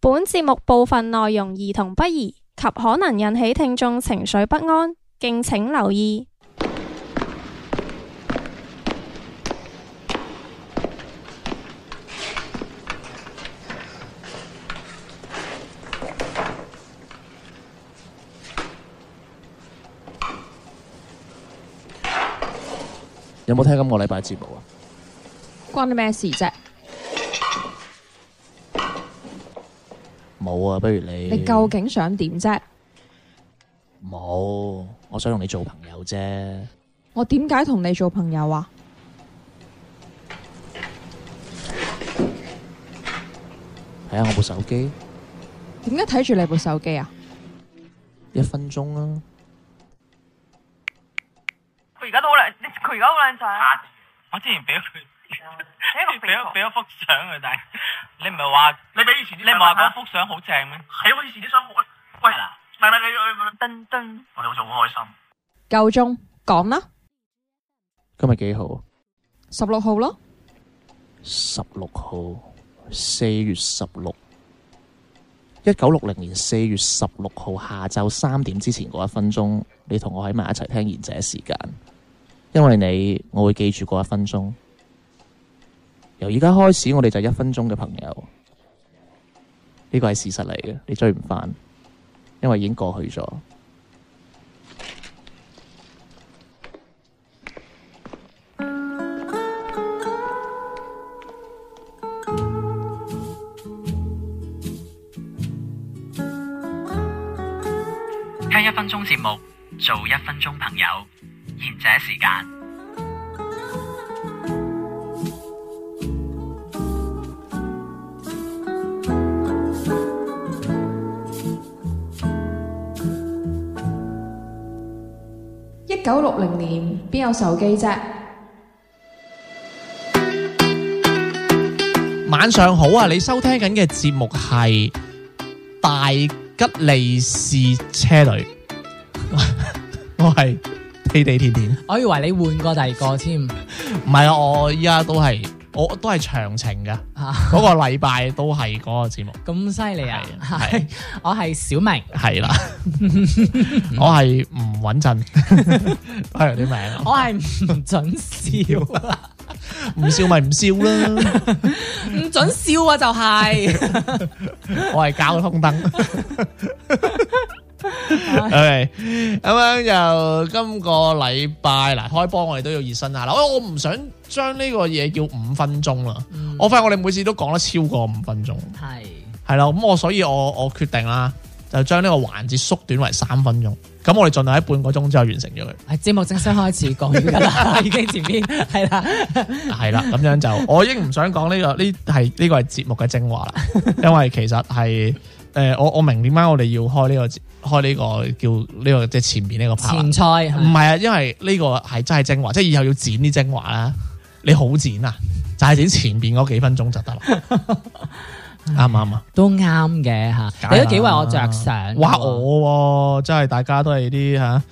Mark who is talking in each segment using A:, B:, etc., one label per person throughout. A: 本節目部分內容兒童不宜及可能引起聽眾情緒不安，敬請留意。
B: 有冇聽今個禮拜節目啊？
C: 關你咩事啫？
B: 冇啊，不如你
C: 你究竟想點啫？
B: 冇？我想同你做朋友啫。
C: 我點解同你做朋友啊？
B: 睇下我部手機，
C: 點解睇住你部手機啊？
B: 一分鐘啊！
D: 佢而家都好靚，佢而家好靚仔啊。
E: 我之前俾 佢
D: 你一個
E: 俾
D: 肥
E: 咗
D: 婆
E: 俾咗幅相佢，但係你唔係話你俾以前你唔係話嗰幅相好正咩？係我以前啲相好。喂嗱，唔係唔係你
D: 噔噔，
E: 我哋好似好開心。
C: 夠鐘講啦，
B: 今日幾號？
C: 十六號咯，
B: 十六號，四月十六，一九六零年四月十六號下晝三點之前嗰一分鐘，你同我喺埋一齊聽賢者時間，因為你，我會記住嗰一分鐘。由而家開始，我哋就係一分鐘嘅朋友，呢個係事實嚟嘅，你追唔返，因為已經過去咗。
F: 聽一分鐘節目，做一分鐘朋友，賢者時間。
C: 一九六零年邊有手機啫？
B: 晚上好啊！你收聽緊嘅節目係大吉利是車隊， 我係地地甜甜，
G: 我以為你換過第二個添，
B: 唔係啊！我依家都係我都係長情噶，
G: 啊
B: 嗰個禮拜都係嗰個節目，
G: 咁犀利啊！
B: 係
G: 係，我係小明，
B: 係 啦，我係唔穩陣， 係啲名，啊
G: 我係唔准笑，
B: 唔笑咪唔笑啦，
G: 唔准笑啊！就係，
B: 我係交通燈。OK，咁樣就今個禮拜嗱，開波我哋都要熱身下啦。我我唔想將呢個嘢叫五分鐘啦，我發現我哋每次都講得超過五分鐘，
G: 係
B: 係啦。咁我所以我我決定啦，就將呢個環節縮短為三分鐘。咁我哋盡量喺半個鐘之後完成咗佢。
G: 係節目正式開始講㗎 啦，已經前面係啦，
B: 係啦，咁樣就我已經唔想講呢、個呢係呢個係節目嘅 精華啦，因為其實係诶、呃我我明點解我哋要開呢、個節開呢、個叫呢、個即係前面呢個 part 啦
G: 前菜
B: 唔
G: 係
B: 係啊，因為呢個係真係精華，即係以後要剪啲精華啦。你好剪啊，就係剪前邊嗰幾分鐘就 得啦。啱唔啱啊？
G: 都啱嘅嚇，你都幾為我着想，
B: 哇！我喎真係大家都係啲吓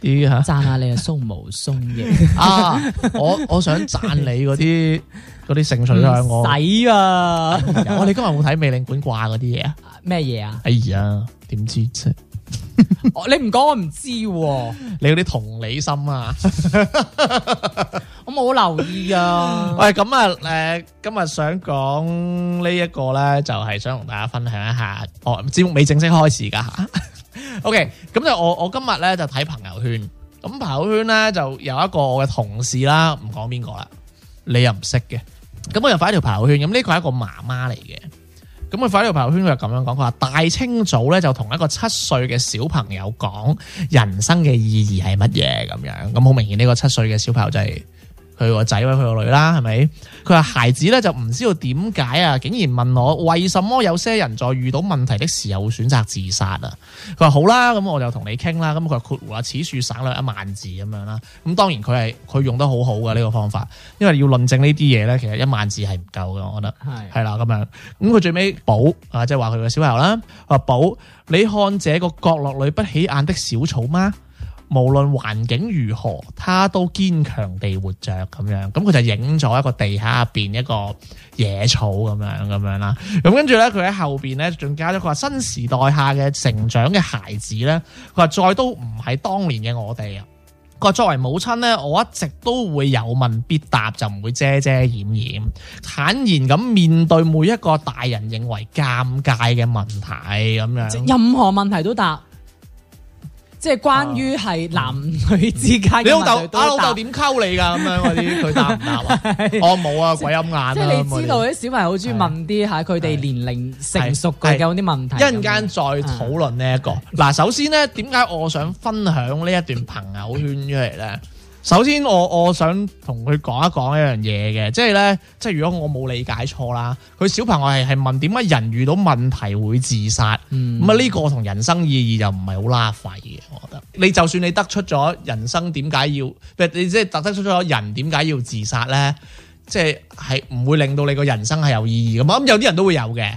B: 啲 吓
G: 讚下你啊，鬆毛鬆翼，
B: 啊！我我想讚你嗰啲嗰啲性取向我。
G: 使啊，
B: 我哋今日冇睇美領館掛嗰啲嘢啊！
G: 咩嘢啊？
B: 哎呀，點知啫？
G: 我你唔講我唔知喎，
B: 你嗰啲同理心啊！
G: 我冇留意 啊，
B: 喂，咁啊，誒、今日想講呢一個咧，就係、想同大家分享一下，哦，節目未正式開始噶嚇。OK，咁就我我今日咧就睇朋友圈，咁朋友圈咧就有一個我嘅同事啦，唔講邊個啦，你又唔識嘅，咁我又發一條朋友圈，咁呢個係一個媽媽嚟嘅。咁佢發一條朋友圈，佢就咁樣講，佢話大清早咧就同一個七歲嘅小朋友講人生嘅意義係乜嘢咁樣，咁好明顯呢個七歲嘅小朋友就係佢個仔或者佢個女啦，係咪？佢話孩子啊咧就唔知道點解啊，竟然問我為什麼有些人在遇到問題的時候會選擇自殺啊？佢話好啦，咁我就同你傾啦。咁佢話括弧啊，此處省略一萬字咁樣啦。咁當然佢係佢用得好好嘅呢個方法，因為要論證呢啲嘢咧，其實一萬字係唔夠嘅，我覺得。
G: 係
B: 係啦咁樣。咁佢最尾寶啊，即係話佢個小朋友啦，話寶，你看這個角落裏不起眼的小草嗎？無論環境如何，他都堅強地活着咁樣。咁佢就影咗一個地下入邊一個野草咁樣咁樣啦。咁跟住咧，佢喺後邊咧仲加咗佢話新時代下嘅成長嘅孩子咧，佢話再都唔係當年嘅我哋啊。佢話作為母親咧，我一直都會有問必答，就唔會遮遮掩掩，坦然咁面對每一個大人認為尷尬嘅問題咁樣。
G: 任何問題都答，即係關於係男女之間嘅
B: 啊嗯你老
G: 問題
B: 豆
G: 都答
B: 阿老豆點溝你㗎？咁樣嗰啲佢答唔 答啊？我冇啊，鬼陰眼啊！
G: 即係你知道
B: 咁嗰
G: 啲
B: 啲
G: 小朋友好中意問啲嚇佢哋年齡成熟
B: 係
G: 嘅有啲問題
B: 一
G: 咁樣。嗯
B: 陣間再討論呢一個。嗱，首先咧，點解我想分享呢一段朋友圈出嚟咧？首先我，我想同佢講一講一樣嘢嘅，即係咧，即係如果我冇理解錯啦，佢小朋友係係問點解人遇到問題會自殺，
G: 嗯
B: 咁啊呢個同人生意義就唔係好拉廢嘅，我覺得。你就算你得出咗人生點解要，唔係你即係特得出咗人點解要自殺咧，即係係唔會令到你個人生係有意義嘅嘛。咁有啲人都會有嘅，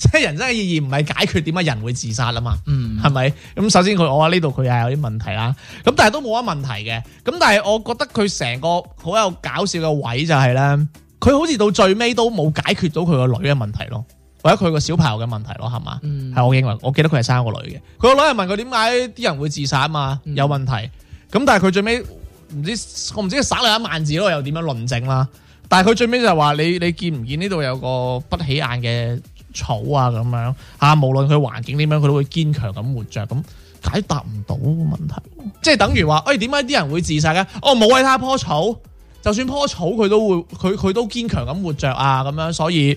B: 即係人生嘅意義唔係解決點解人會自殺啊嘛，係咪、咁首先佢我話呢度佢係有啲問題啦，咁但係都冇乜問題嘅。咁但係我覺得佢成個好有搞笑嘅位就係、咧，佢好似到最尾都冇解決到佢個女嘅問題咯。或者佢個小朋友嘅問題咯，係嘛？係、
G: 嗯
B: 我認為，我記得佢係生個女嘅。佢個女係問佢點解啲人會自殺啊嘛，有問題。咁但係佢最尾唔知我唔知佢省略一萬字咯，又點樣論證啦？但係佢最尾就係話你你見唔見呢度有個不起眼嘅草啊咁樣啊？無論佢環境點樣，佢都會堅強咁活着咁。解答唔到問題，即係等於話，哎誒點解啲人會自殺嘅？哦，冇喺他棵草，就算棵草佢都會，佢佢都堅強咁活着啊，咁樣，所以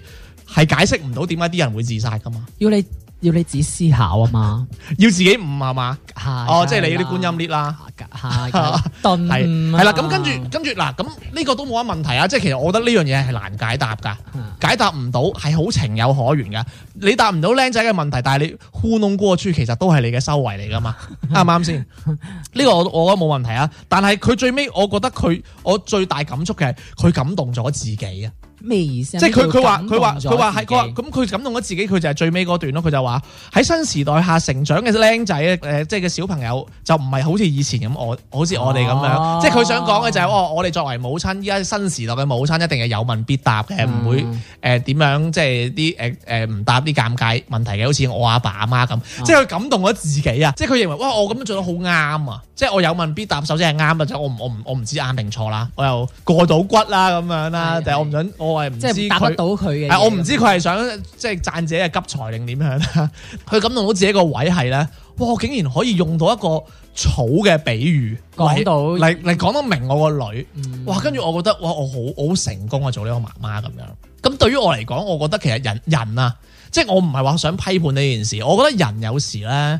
B: 係解釋唔到點解啲人會自殺噶嘛？
G: 要你要你自己思考啊嘛，
B: 要自己悟係嘛？
G: 係
B: 哦，即係你嗰啲觀音 lift 啦。
G: 係頓
B: 係
G: 悟啊
B: 係啦，咁跟住跟住嗱，咁呢個都冇乜問題啊！即係其實我覺得呢樣嘢係難解答㗎，解答唔到係好情有可原㗎。你答唔到僆仔嘅問題，但係你糊弄過去，其實都係你嘅修為嚟㗎嘛，啱唔啱先？呢個我我覺得冇問題啊，但係佢最尾我覺得佢我最大感觸嘅係佢感動咗自己啊！
G: 咩意思啊？
B: 即係佢
G: 咩叫
B: 佢話
G: 感動
B: 佢話
G: 咗
B: 佢話係
G: 自己
B: 佢話咁佢感動咗自己，佢就係最尾嗰段咯。佢就話喺新時代下成長嘅僆仔咧，誒、即係嘅小朋友就唔係好似以前咁我好似我哋咁樣，
G: 哦
B: 即係佢想講嘅就係、哦，我哋作為母親，依家新時代嘅母親一定係有問必答嘅，
G: 嗯
B: 唔、會誒點、樣即係啲誒誒唔答啲尷尬問題嘅，好似我阿爸阿媽咁，
G: 哦
B: 即係佢感動咗自己啊！即係佢認為哇，我咁樣做得好啱啊！即係我有問必答，首先係啱啊，即係我唔我唔我唔知啱定錯啦，我又過到骨啦咁樣啦，
G: 係
B: 但係我唔想我係唔
G: 即
B: 知
G: 係答得
B: 佢。
G: 到佢嘅嘢。
B: 誒，我唔知佢係想即係讚自己嘅急才定點樣啦。佢感動到自己個位係咧，哇！我竟然可以用到一個草嘅比喻
G: 講
B: 嚟
G: 到嗯
B: 嚟嚟講得明我個女。哇！跟住我覺得哇，我好我好成功啊，做呢個媽媽咁樣。咁對於我嚟講，我覺得其實人人啊，即係我唔係話想批判呢件事，我覺得人有時咧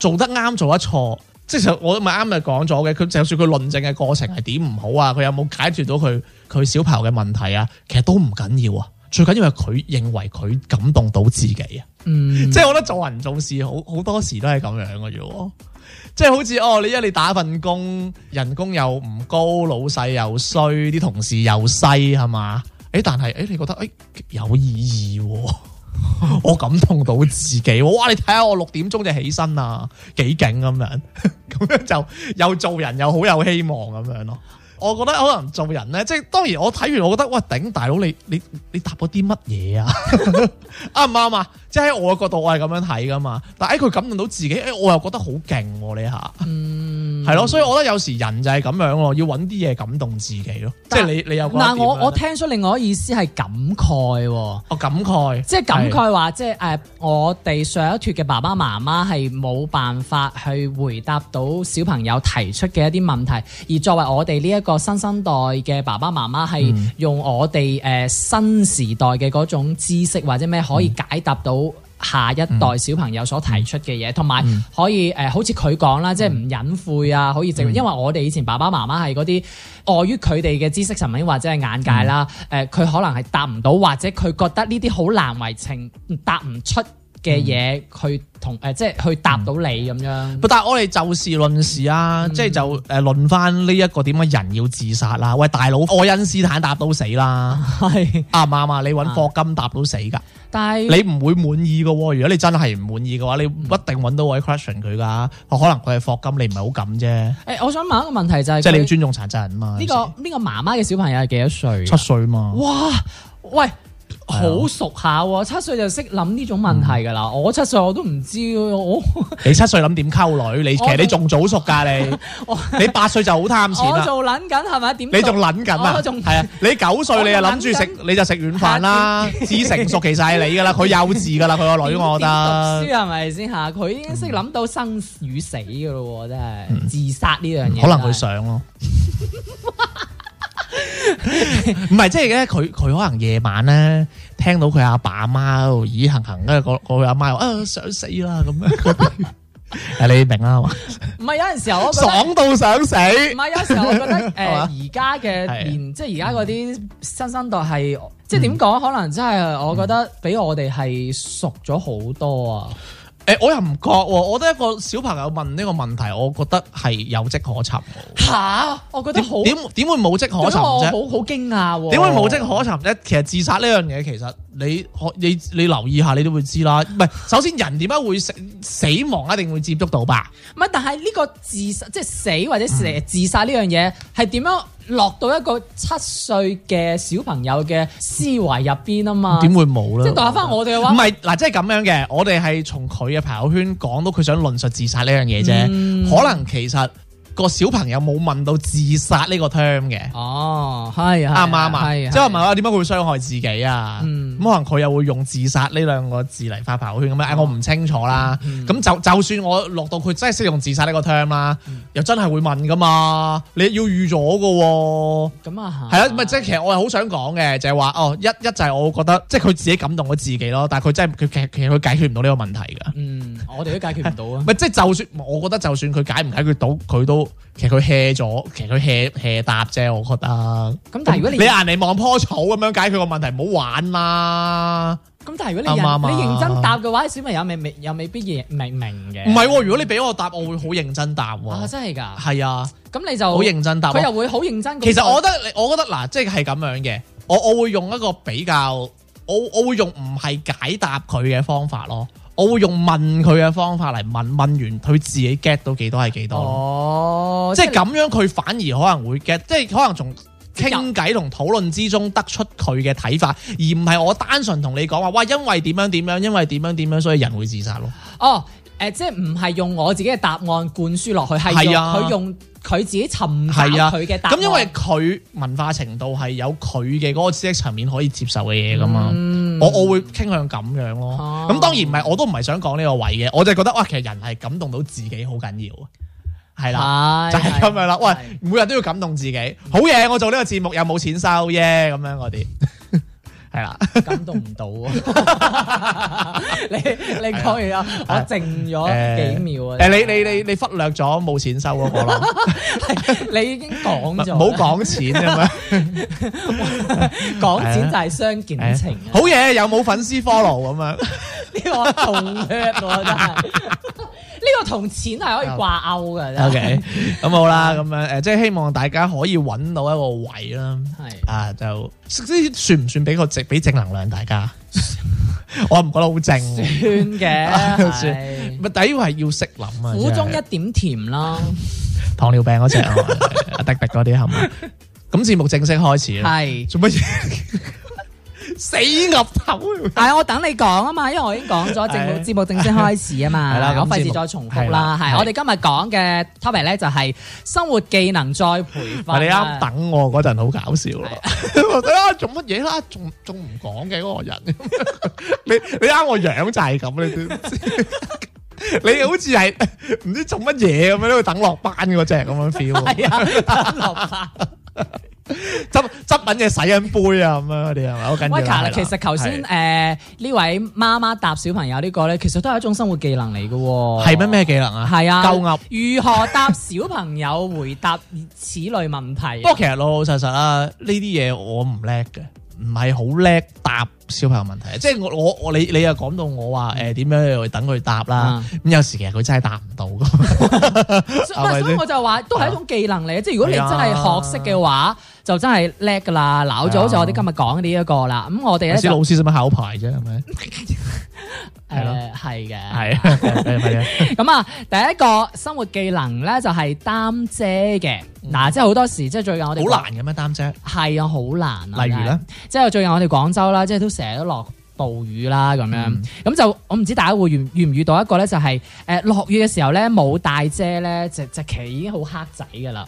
B: 做得啱做得錯。即係我咪啱咪講咗嘅，佢就算佢論證嘅過程係點唔好啊，佢有冇解決到佢佢小朋友嘅問題啊，其實都唔緊要啊，最緊要係佢認為佢感動到自己啊，
G: 嗯，
B: 即係我覺得做人做事好好多時都係咁樣嘅啫喎。即係好似哦，你一你打份工，人工又唔高，老細又衰，啲同事又西，係嘛？誒，但係誒，你覺得誒有意義喎、我感動到自己喎，哇！你睇下我六點鐘就起身啦，幾勁咁樣，咁樣就又做人又好有希望咁樣咯。我覺得可能做人咧，即係當然我睇完我覺得，哇頂大佬你你你答咗啲乜嘢啊？ 啱唔啱啊？即係喺我嘅角度，我係咁樣睇噶嘛。但係佢感動到自己，誒、我又覺得好勁喎呢下，
G: 嗯
B: 係咯、所以我覺得有時人就係咁樣咯，要揾啲嘢感動自己咯。即係
G: 但
B: 你你又
G: 嗱，我
B: 覺得點樣啊
G: 我
B: 咧
G: 聽出另外一個意思係感慨喎。
B: 我感慨，
G: 即係感慨話，即係誒，我哋上一脱嘅爸爸媽媽係冇辦法去回答到小朋友提出嘅一啲問題，而作為我哋呢一個新生代嘅爸爸媽媽係用我哋誒、呃新時代嘅嗰種知識或者咩可以解答到。下一
B: 嗯
G: 代小朋友所提出嘅嘢，同埋可以誒、呃好似佢講啦，即
B: 嗯
G: 係唔隱晦啊，可以直，因為我哋以前爸爸媽媽係嗰啲礙於佢哋嘅知識層面或者係眼界
B: 嗯
G: 呃啦，誒佢、可能係答唔到，或者佢覺得呢啲好難為情，答唔出嘅
B: 嗯
G: 嘢去同呃誒，即係去答到你咁樣。
B: 不但我哋就事論
G: 嗯
B: 事啊，即係就誒論翻呢一個點解人要自殺啦、喂，大佬，愛因斯坦答到死啦，
G: 係，
B: 啱唔啱啊？你揾霍金答到死㗎，
G: 但係
B: 你唔會滿意㗎喎。如果你真係唔滿意嘅話，你
G: 嗯
B: 一定揾到位 question 佢㗎。可能佢係霍金，你唔係好敢啫。
G: 誒，我想問一個問題就係佢，
B: 即係你要尊重殘疾人啊嘛。
G: 呢個呢個媽媽嘅小朋友係幾多歲
B: 有時
G: 啊？
B: 七歲嘛，
G: 哇！喂，好熟下喎，七歲就識諗呢種問題㗎啦。
B: 嗯
G: 我七歲我都唔知，我
B: 你七歲諗點溝女？你其實你仲早熟㗎 你，你八歲就好貪錢
G: 我
B: 啦。
G: 做撚緊係咪？點
B: 你仲撚緊啊？
G: 我仲
B: 係啊！你九歲你就諗住
G: 我仲
B: 食，你就食軟飯啦。至成熟其實係你噶啦，佢幼稚噶啦，佢個女我覺
G: 點
B: 得。
G: 讀書係咪先嚇？佢已經識諗到生與死㗎咯喎，真係自殺呢樣嘢。
B: 嗯可能佢
G: 真係
B: 想咯，唔係即係咧，佢佢可能夜晚咧聽到佢阿爸阿媽喺度咦行行，跟住個個佢阿媽話啊想死啦咁樣。 誒你明啦係嘛，
G: 唔係有陣時候 我覺得。
B: 爽到想死。
G: 唔係有時候我覺 得誒
B: 係嘛
G: 而家嘅
B: 係嗯
G: 年，即係而家嗰啲新生代係即係點講？可能真係我覺
B: 嗯
G: 得比我哋係熟咗好多啊！
B: 誒我又唔覺喎，我覺得一個小朋友問呢個問題，我覺得係有跡可尋喎。
G: 吓，我覺得好
B: 點點會冇跡可尋
G: 點解我
B: 啫？
G: 好好驚訝喎！
B: 點會冇跡可尋啫？其實自殺呢樣嘢，其實你可你你留意下，你都會知啦。唔係，首先人點解會死死亡一定會接觸到吧？
G: 唔係，但係呢個自殺即係死
B: 嗯
G: 或者自自殺呢樣嘢係點樣落到一個七歲嘅小朋友嘅思維入邊啊嘛？
B: 點會冇
G: 即
B: 咧？
G: 係代入翻我哋嘅話
B: 唔，係嗱，即係咁樣嘅。我哋係從佢嘅朋友圈講到佢想論述自殺呢樣嘢啫。
G: 嗯
B: 可能其實個小朋友冇問到自殺呢個 term 嘅。
G: 哦，係係
B: 啱唔啱啊？
G: 係
B: 即係我問我點解佢會傷害自己啊？
G: 嗯哦
B: 咁可能佢又會用自殺呢兩個字嚟發朋友圈咁樣，啊哎唉我唔清楚啦。
G: 嗯
B: 咁就就算我落到佢真係識用自殺呢個 term 啦，
G: 嗯
B: 又真係會問噶嘛？你要預咗噶喎。
G: 咁啊
B: 係啦，咪即係其實我係好想講嘅，就係話哦，一一就係我覺得，即係佢自己感動咗自己咯，但係佢真係佢其實其實佢解決唔到呢個問題㗎。
G: 嗯，我哋都解決唔到啊！
B: 咪即係就算，我覺得就算佢解唔解決到，佢都其實佢 hea 咗，其實佢 hea hea 答啫，我覺得。
G: 咁但係如果你
B: 你硬嚟望棵草咁樣解決個問題，唔好玩啦。
G: 咁但係如果你
B: 啱啱啊
G: 認你認真答嘅話，小朋友未未又未必認明明嘅。
B: 唔係喎，如果你俾我答，我會好認真答
G: 啊，
B: 喎。
G: 真係㗎。
B: 係啊，
G: 咁你就
B: 好認真答
G: 佢又
B: 喎。
G: 會好認真咁。
B: 其實我覺得你，我覺得嗱，即係係咁樣嘅。我我會用一個比較，我我會用唔係解答佢嘅方法咯，我會用問佢嘅方法嚟問，問完佢自己 get 到幾多係幾多咯。
G: 哦，
B: 即係咁樣，佢反而可能會 get，即係可能從傾偈同討論之中得出佢嘅睇法，而唔係我單純同你講話，哇，因為點樣點樣，因為點樣點樣，所以人會自殺咯。
G: 哦，誒，即係唔係用我自己嘅答案灌輸落去，係用
B: 係啊
G: 佢用佢自己尋找
B: 係啊
G: 佢嘅答案。
B: 咁因為佢文化程度係有佢嘅嗰個知識層面可以接受嘅嘢噶嘛，我我會傾向咁樣咯。
G: 嗯哦
B: 咁、當然唔係，我都唔係想講呢個位嘅，我就覺得哇，其實人係感動到自己好緊要啊，係啦。
G: 係
B: 就係咁啊樣啦。喂
G: 係，
B: 每日都要感動自己，好嘢！我做呢個節目又冇錢收耶，咁樣嗰啲係啦。
G: 感動 唔到啊！你你講完啊，我靜咗幾秒啊！
B: 誒，你你你你忽略咗冇錢收嗰個咯，
G: 你已經講咗，
B: 唔好講錢咁樣。
G: 講
B: 啊
G: 錢就係傷感情啊！
B: 好嘢，有冇粉絲 follow 咁樣？
G: 呢個
B: 啊
G: 我仲叻喎，啊真係。呢個同錢係可以掛鈎嘅，真係
B: OK，咁好啦，咁樣誒，即係希望大家可以揾到一個位啦。
G: 係
B: 啊，就即算唔算俾個正俾正能量大家？我唔覺得好正喎，
G: 算嘅，
B: 啊 算
G: 係
B: 咪第一係要識諗啊，
G: 苦中
B: 真係
G: 一點甜啦，
B: 糖尿病嗰 只啊，阿迪迪嗰啲係咪？咁節目正式開始啦，
G: 係。
B: 做乜嘢？死鴨頭
G: 但係我等你講啊嘛，因為我已經 講咗正
B: 係
G: 節目正式開始啊嘛，
B: 係啦咁
G: 我費
B: 節
G: 事
B: 目
G: 再重複啦。
B: 係啦
G: 係我哋今日講嘅 topic 咧就係生活技能再培
B: 啊！
G: 訓。
B: 你啱等我嗰陣好搞笑咯，我覺得啊做乜嘢啦？仲仲唔講嘅嗰個人， 你你啱我樣就係咁，你都 你好似係唔知做乜嘢咁樣，喺度等落班嗰只咁樣 feel，
G: 係啊，落班。
B: 執執緊嘢洗緊杯啊咁樣嗰啲係咪？好緊
G: 喂，
B: 要啦。係啦
G: 其實頭先
B: 係
G: 誒呢位媽媽搭小朋友呢個咧，其實都係一種生活技能嚟嘅喎。
B: 係咩咩技能啊？
G: 哦係啊，
B: 鳩噏。
G: 如何答小朋友回答此類問題？
B: 啊不過其實老老實實啦，呢啲嘢我唔叻嘅，唔係好叻答小朋友問題，即係我我我你你又講到我話
G: 嗯
B: 誒點樣去等佢答啦，
G: 啊
B: 咁、有時其實佢真係答唔到 噶。
G: 所以
B: 係咪
G: 所以
B: 先
G: 我就話都係一種技能嚟嘅，即係如果你
B: 係
G: 真
B: 啊
G: 係學識嘅話，就真係叻㗎啦，鬧咗好似我哋今日講呢一個啦。咁我哋咧
B: 有時
G: 就
B: 老師使乜考牌啫，係咪？係咯
G: 誒係嘅，
B: 係啊係啊係啊，
G: 咁啊，第一個生活技能咧就係擔遮嘅。嗱，即係好多時即係最近 我哋
B: 嗯好難嘅咩擔遮？
G: 係啊，好難啊。
B: 例如
G: 真係
B: 咧，
G: 即係最近我哋廣州啦，即係都成日都落暴雨啦，咁樣
B: 嗯
G: 咁、就我唔知大家會遇遇唔遇到一個咧、就係誒落雨嘅時候咧冇帶遮咧，隻隻旗已經好黑仔噶啦。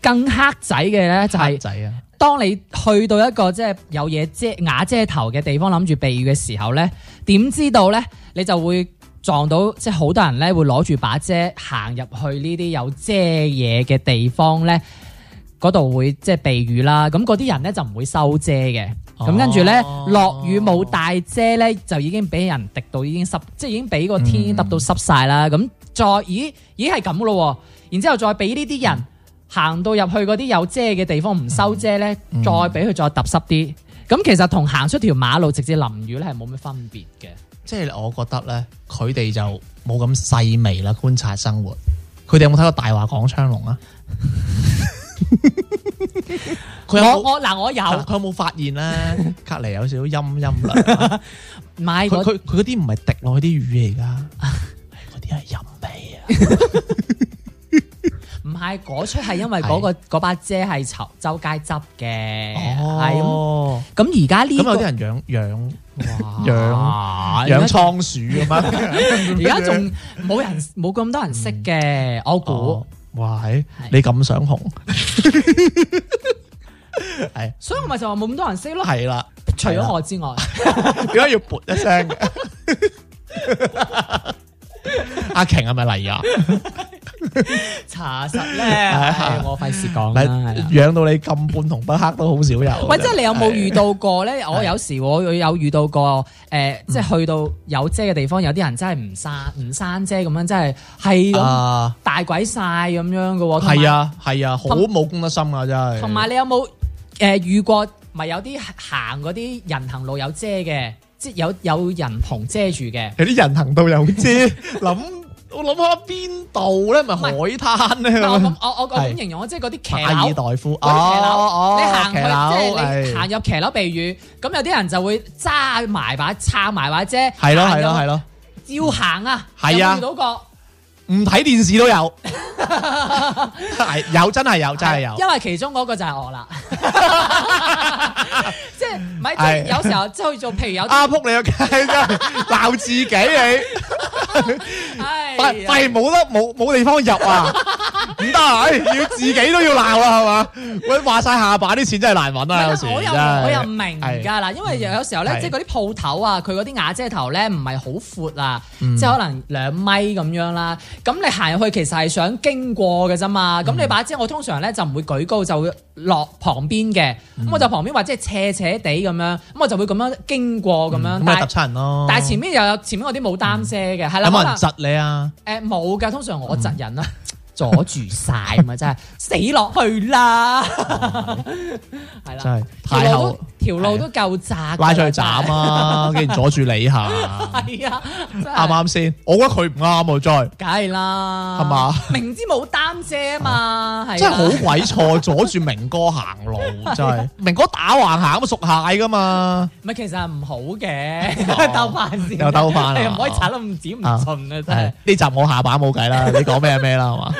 G: 更黑仔嘅咧就係、
B: 仔啊，
G: 當你去到一個即係有嘢遮瓦遮頭嘅地方諗住避雨嘅時候咧，點知道咧你就會撞到即係好多人咧會攞住把遮行入去呢啲有遮嘢嘅地方咧，嗰度會即係避雨啦。咁嗰啲人咧就唔會收遮嘅。咁跟住咧
B: 哦
G: 落雨冇帶遮咧，就已經俾人滴到已經濕，即係已經俾個天揼到濕晒啦。咁、再咦咦係咁噶咯喎，然之後再俾呢啲人。行到入去嗰啲有遮嘅地方唔收遮咧，
B: 嗯
G: 再俾佢再揼濕啲。咁其實同行出條馬路直接淋雨咧係冇咩分別嘅。
B: 即係我覺得咧，佢哋就冇咁細微啦，觀察生活。佢哋有冇睇過《大話講昌隆》啊？ 佢有
G: 我
B: 冇啊
G: 我嗱我有
B: 佢有冇發現咧？隔離有少少 陰陰涼。啊
G: 買
B: 佢
G: 嗰
B: 佢佢嗰啲唔係滴落去啲魚嚟㗎，係嗰啲係陰味啊！
G: 唔係嗰出係因為嗰、個嗰把遮係周周街執嘅， 係咁
B: 哦，
G: 咁而家呢
B: 咁有
G: 個
B: 啲人養養
G: 哇
B: 養倉鼠咁啊樣，
G: 而家仲 冇人冇咁多人識嘅，我估。
B: 哦哇係
G: 係
B: 你咁想紅，係
G: 所以我咪就話冇咁多人識咯，
B: 係啊啦，
G: 除咗我之外，
B: 點解要撥一聲嘅？阿瓊係咪嚟啊？
G: 查實咧，唉我費事講啦。係啦
B: 嗱，養到你咁半紅不黑都好少有。
G: 喂，即係你有冇遇到過咧？我有時我有遇到過，誒、
B: 嗯
G: 即係去到有遮嘅地方，有啲人真係唔閂唔閂遮咁樣，真係係咁
B: 啊？
G: 大鬼晒咁樣嘅喎。同埋
B: 係，啊，係啊，好冇公德心啊，真係。
G: 同埋你有冇誒、呃遇過？咪有啲行嗰啲人行路有遮嘅，即係有有人篷遮住 嘅。
B: 有啲人行道有遮，諗我諗下邊度咧？咪海灘咧
G: 但我
B: 咁
G: 咁
B: 樣。
G: 我我我咁
B: 係
G: 形容我，即係嗰啲騎
B: 馬爾
G: 樓。
B: 代夫
G: 嗰啲騎樓，
B: 哦
G: 你行去
B: 騎樓
G: 即係你
B: 係
G: 行入騎樓避雨，咁有啲人就會揸埋把撐埋把遮，
B: 係咯
G: 行
B: 係
G: 入
B: 咯係咯，
G: 要行啊，
B: 係啊
G: 有冇遇到過，
B: 唔睇電視都有，係有真係有真係有。
G: 因為其中嗰個就係我 啦，即係唔係即
B: 係
G: 係有時候即係去做，譬 如有啲，
B: 啊！仆你個街真係鬧自 己
G: 哎
B: 你，
G: 唉
B: 發發現冇得冇冇地方入 啊！唔得啊！唉要自己都要鬧啦，係嘛？喂，話晒下巴啲錢真係難揾啊！有時
G: 我又
B: 真係
G: 我又唔明㗎啦，因為有時候咧，
B: 係
G: 即係嗰啲鋪頭啊，佢嗰啲瓦遮頭咧唔係好闊啊，
B: 嗯
G: 即係可能兩米咁樣啦。咁你行入去其實係想經過嘅啫嘛。
B: 嗯
G: 咁你把遮我通常咧就唔會舉高，就會落旁邊嘅。咁我就
B: 嗯
G: 旁邊或者係斜斜地咁樣，咁我就會咁樣經過咁樣。
B: 嗯咁
G: 但
B: 咪揼
G: 係
B: 親人咯。
G: 但係前面又有前面嗰啲冇擔遮嘅，係
B: 有
G: 啦，
B: 冇
G: 可
B: 人
G: 能
B: 窒你啊？
G: 誒冇㗎。通常我窒人 啦。阻住晒嘛，真係死落去啦，係啦
B: 真。係太
G: 條路
B: 後
G: 都條路都夠窄㗎啦，
B: 拉出去斬啊，跟住阻住你下，啱
G: 真係！係啊，真係
B: 唔？啱先？我覺得佢唔啱啊，
G: 梗係啦，
B: 係嘛？
G: 明知冇擔遮嘛，係
B: 再
G: 啊
B: 真係好鬼錯，阻住明哥行 路，真係明哥打橫行咁屬蟹噶嘛，
G: 唔係其實係唔好嘅，
B: 哦
G: 兜翻先，
B: 又兜返啦
G: 你唔可以踩得咁剪唔盡啊！真
B: 係
G: 係，
B: 呢集我下把冇計啦，你講咩咩啦，係嘛？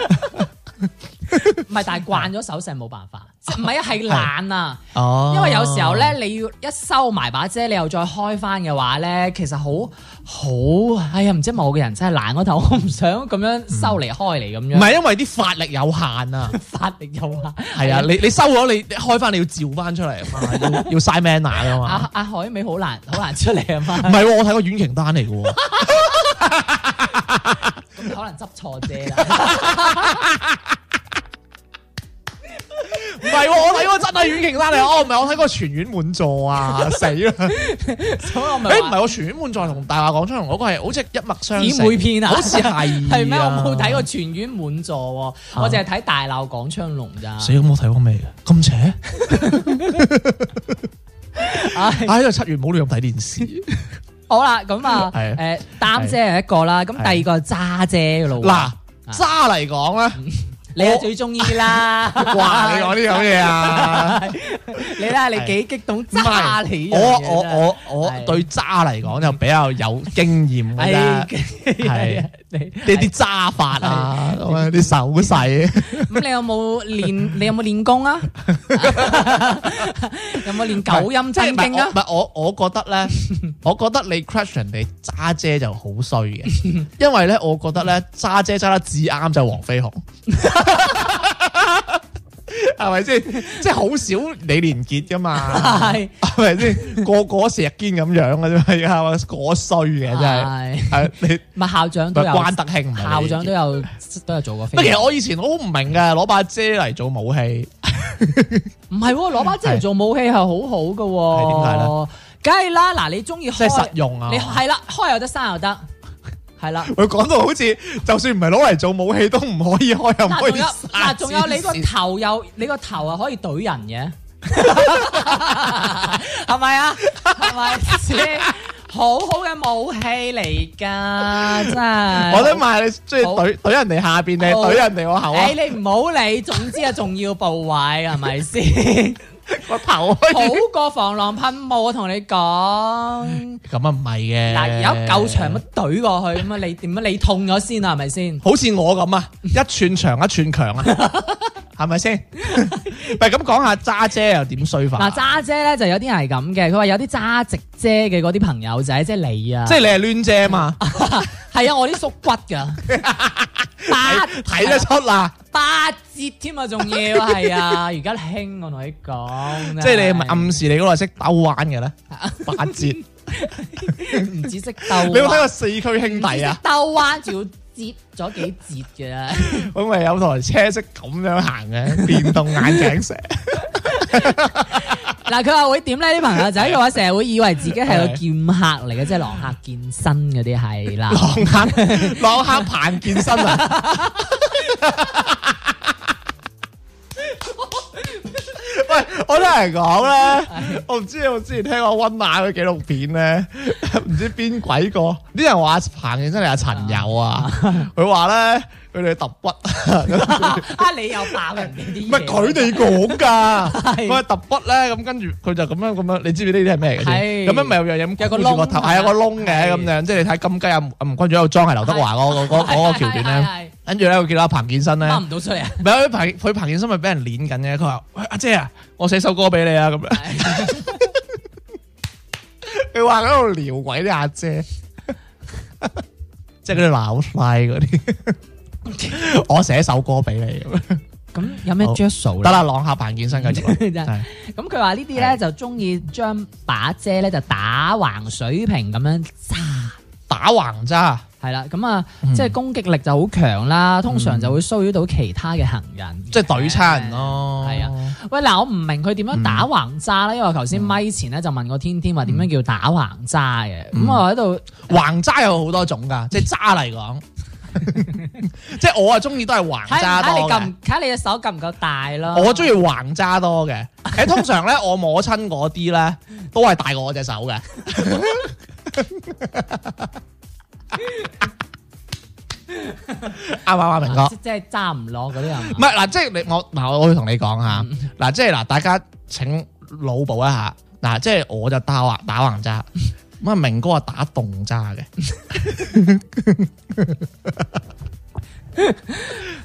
G: 唔係但係慣咗手勢冇辦法，即係唔係啊係懶啊，
B: 哦
G: 因為有時候
B: 啊
G: 咧你要一收埋把遮，你又再開翻嘅話咧，其實好好，哎呀唔知係咪我個人真係懶嗰頭，我唔想咁樣收嚟開嚟咁
B: 唔
G: 樣，
B: 係因為啲法力有限 啊，
G: 發力又話
B: 係啊，你你收咗你你開翻你要照翻出嚟啊 嘛，要要嘥 mana 噶嘛
G: 阿。阿海美好難好難出嚟啊嘛
B: 唔，係喎，我睇過阮瓊丹嚟嘅喎，
G: 咁可能執錯啫 啦。
B: 唔係喎，我睇過真係阮瓊丹嚟，哦唔係，我睇過全院滿 座啊，死啦！
G: 所以我咪
B: 誒唔
G: 話
B: 係我全院滿座同大話講出嚟嗰個係好似一脈相
G: 姊妹篇啊，
B: 好似 係
G: 係咩？我
B: 啊
G: 冇睇過全院滿座喎，我淨係睇大鬧廣昌隆咋。
B: 死咁冇睇過未？咁邪
G: 唉
B: 啊，呢個七月唔好亂咁睇電視。
G: 好啦，咁啊，
B: 係
G: 誒擔姐係一個啦，咁
B: 係
G: 第二個係渣姐嘅咯喎。
B: 嗱，渣嚟講 咧，
G: 你係最中意啦。
B: 哇！你講啲咁嘢 啊！
G: 你啦，你幾激動
B: 唔
G: 渣你
B: 係，
G: 呢樣
B: 我
G: 嘢真係
B: 我我我
G: 係
B: 對渣嚟講就比較有經驗嘅
G: 唉
B: 啫，
G: 係你
B: 呢啲渣法啊，咁樣啲手勢，
G: 咁你有冇練？你有冇練 功啊？有冇練九陰真經啊
B: 唔？係我我覺得 咧，我覺得你 question 你渣姐就好衰嘅，因為咧我覺得咧渣姐揸得至啱就係黃飛鴻。係咪先？即係好少李連杰噶嘛，
G: 係
B: 係咪先？個個石堅咁樣嘅啫嘛，而家嗰衰嘅真係，
G: 係
B: 係你
G: 咪校長都有
B: 關德興唔係
G: 校
B: 李連
G: 長
B: 杰
G: 都有都有做過飛
B: 乜其實我以前我好唔明嘅，攞把遮嚟做武器，
G: 唔係喎，攞把遮嚟做武器係好好嘅喎
B: 係。
G: 梗係啦，嗱，你中意
B: 即係實
G: 開，
B: 用啊！
G: 你係啦，開又得，閂又得，係啦。
B: 佢講到好似，就算唔係攞嚟做武器，都唔可以開，又唔
G: 嗱，
B: 可
G: 仲
B: 以
G: 有
B: 閂
G: 嗱，仲有你個
B: 黐線
G: 頭又你個頭啊可以懟人 嘅，係咪啊？係咪先？好好嘅武器嚟㗎，真係。
B: 我都問你中意懟懟人哋下邊定係
G: 好哎
B: 懟人哋個口啊
G: 誒，？你唔好理，總之係重要部位係咪 先？
B: 個頭可以
G: 好過防狼噴霧，我同你講。
B: 咁啊，唔係嘅。
G: 嗱，有夠長乜懟過去咁啊？你點啊？你痛咗先啊？係咪先？
B: 好似我咁啊，一寸長一寸強 啊，係咪先？ 喂，咁講下揸姐又點衰法？啊
G: 嗱，渣姐咧就有啲人係咁嘅，佢話有啲渣直姐嘅嗰啲朋友仔，即係你啊，
B: 即係你係攣 姐嘛？
G: 係啊，我啲縮骨㗎， 八
B: 睇得出啦，
G: 八折添啊，仲要係啊，而家興我同你講，
B: 即係你係咪暗示你嗰個係識兜彎嘅 咧？八折。
G: 唔止識鬥，
B: 你有冇睇過四驅兄弟啊？？
G: 兜彎仲要折咗幾折嘅，
B: 咁咪有台車識咁樣行嘅 電動眼鏡蛇，
G: 嗱，佢話會點咧？啲朋友仔嘅話，成日會以為自己係個劍客嚟嘅，即係狼客健身嗰啲係 啦。
B: 浪客 浪客彭健身啊！ 喂，我都係講 咧，我唔知我之前聽過温雅嘅紀錄片咧， 唔知邊鬼個啲人話彭健身係阿陳友啊，佢話咧佢哋揼骨，
G: 啊，你又爆人哋啲嘢
B: 唔係佢哋講㗎，
G: 係
B: 佢話揼骨咧，咁跟住佢就咁樣咁樣，你知唔知呢啲係咩嚟嘅
G: 係
B: 先？咁樣咪有樣嘢
G: 有
B: 咁
G: 個
B: 箍住個頭，
G: 窿
B: 係有個窿嘅
G: 係
B: 咁樣，即係你睇金雞啊吳吳君如喺度裝係劉德華嗰個嗰嗰嗰個橋段咧，
G: 咧，
B: 跟住咧我見到阿彭健新咧，
G: 掹
B: 唔
G: 唔到出嚟啊！
B: 係佢彭佢彭健新咪俾人攆緊嘅，佢話喂阿姐啊，我寫首歌俾你啊咁樣， 佢話喺度撩鬼啲阿姐， 即係嗰啲鬧晒嗰 啲，我寫首歌俾你咁樣，
G: 咁有咩
B: 好
G: 着數
B: 得
G: 咧？
B: 啦，朗下彭健新繼續啦，
G: 真係
B: 係
G: 咁佢話呢啲咧就中意將把遮咧就打橫水平咁樣揸，
B: 打橫咋。
G: 係啦，咁啊，
B: 嗯
G: 即係攻擊力就好強啦，通常就會騷擾到其他嘅行人，
B: 即係懟差人。咯。嗯
G: 係啊，喂，嗱，我唔明佢點樣打橫揸咧，因為我頭先咪前咧就問過天天話點樣叫打橫揸嘅，
B: 嗯
G: 咁我喺度
B: 橫揸有好多種㗎，即係揸嚟 講，即係我啊中意都係橫
G: 睇
B: 揸
G: 睇你
B: 多
G: 夠
B: 嘅
G: 唔。睇下你隻手夠唔夠大咯。
B: 我中意橫揸多嘅，誒通常咧 我摸親嗰啲咧都係大過我隻手 嘅。啱唔啱啊，明哥
G: 即？即係揸唔落嗰啲啊人
B: 唔。係嗱，即係你我嗱，我要同你講下
G: 嗯
B: 嗱，即係嗱，大家請腦補一下嗱，即係我就打橫打橫揸，咁啊明哥啊打動揸嘅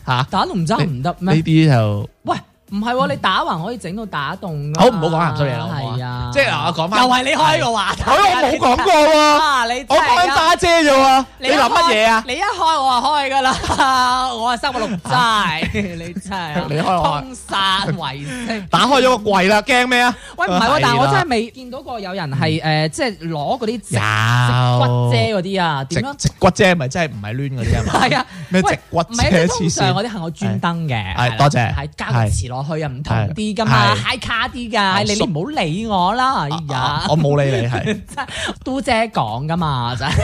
B: 嚇，
G: 打龍舟唔得
B: 呢
G: 咩？
B: 啲就
G: 喂，唔係喎，你打橫可以整到打洞㗎。
B: 好唔好講鹹濕嘢啦好唔好啊
G: 係啊，
B: 即係嗱我講返
G: 又係你開個話題
B: 我
G: 啊，
B: 我冇講過喎，
G: 啊，你
B: 我
G: 真係
B: 講緊
G: 啊
B: 揸姐啫喎，你
G: 一
B: 諗乜
G: 開
B: 嘢啊？
G: 你一開我就開㗎啦，我係三個六齋，你真係啊
B: 你開我開
G: 通殺為式。
B: 打開咗個櫃啦，驚咩啊？
G: 喂，唔係喎，但係我真
B: 啦
G: 係未見到過有人係誒，即係攞嗰啲直骨
B: 有
G: 遮嗰啲啊，點樣
B: 直直骨啫，咪真係唔係攣嗰啲啊嘛？
G: 係啊，
B: 咩
G: 喂
B: 直骨
G: 唔係啊
B: 啫
G: 通
B: 黐
G: 常
B: 線
G: 我啲係我專登嘅，
B: 係
G: 啦
B: 多謝
G: 係加個詞落去啊，唔同啲噶嘛，
B: 係
G: 嗨卡啲噶，
B: 係
G: 你你唔好理我啦，哎
B: 啊
G: 呀，
B: 我冇理你係。
G: 都姐講噶嘛，真係。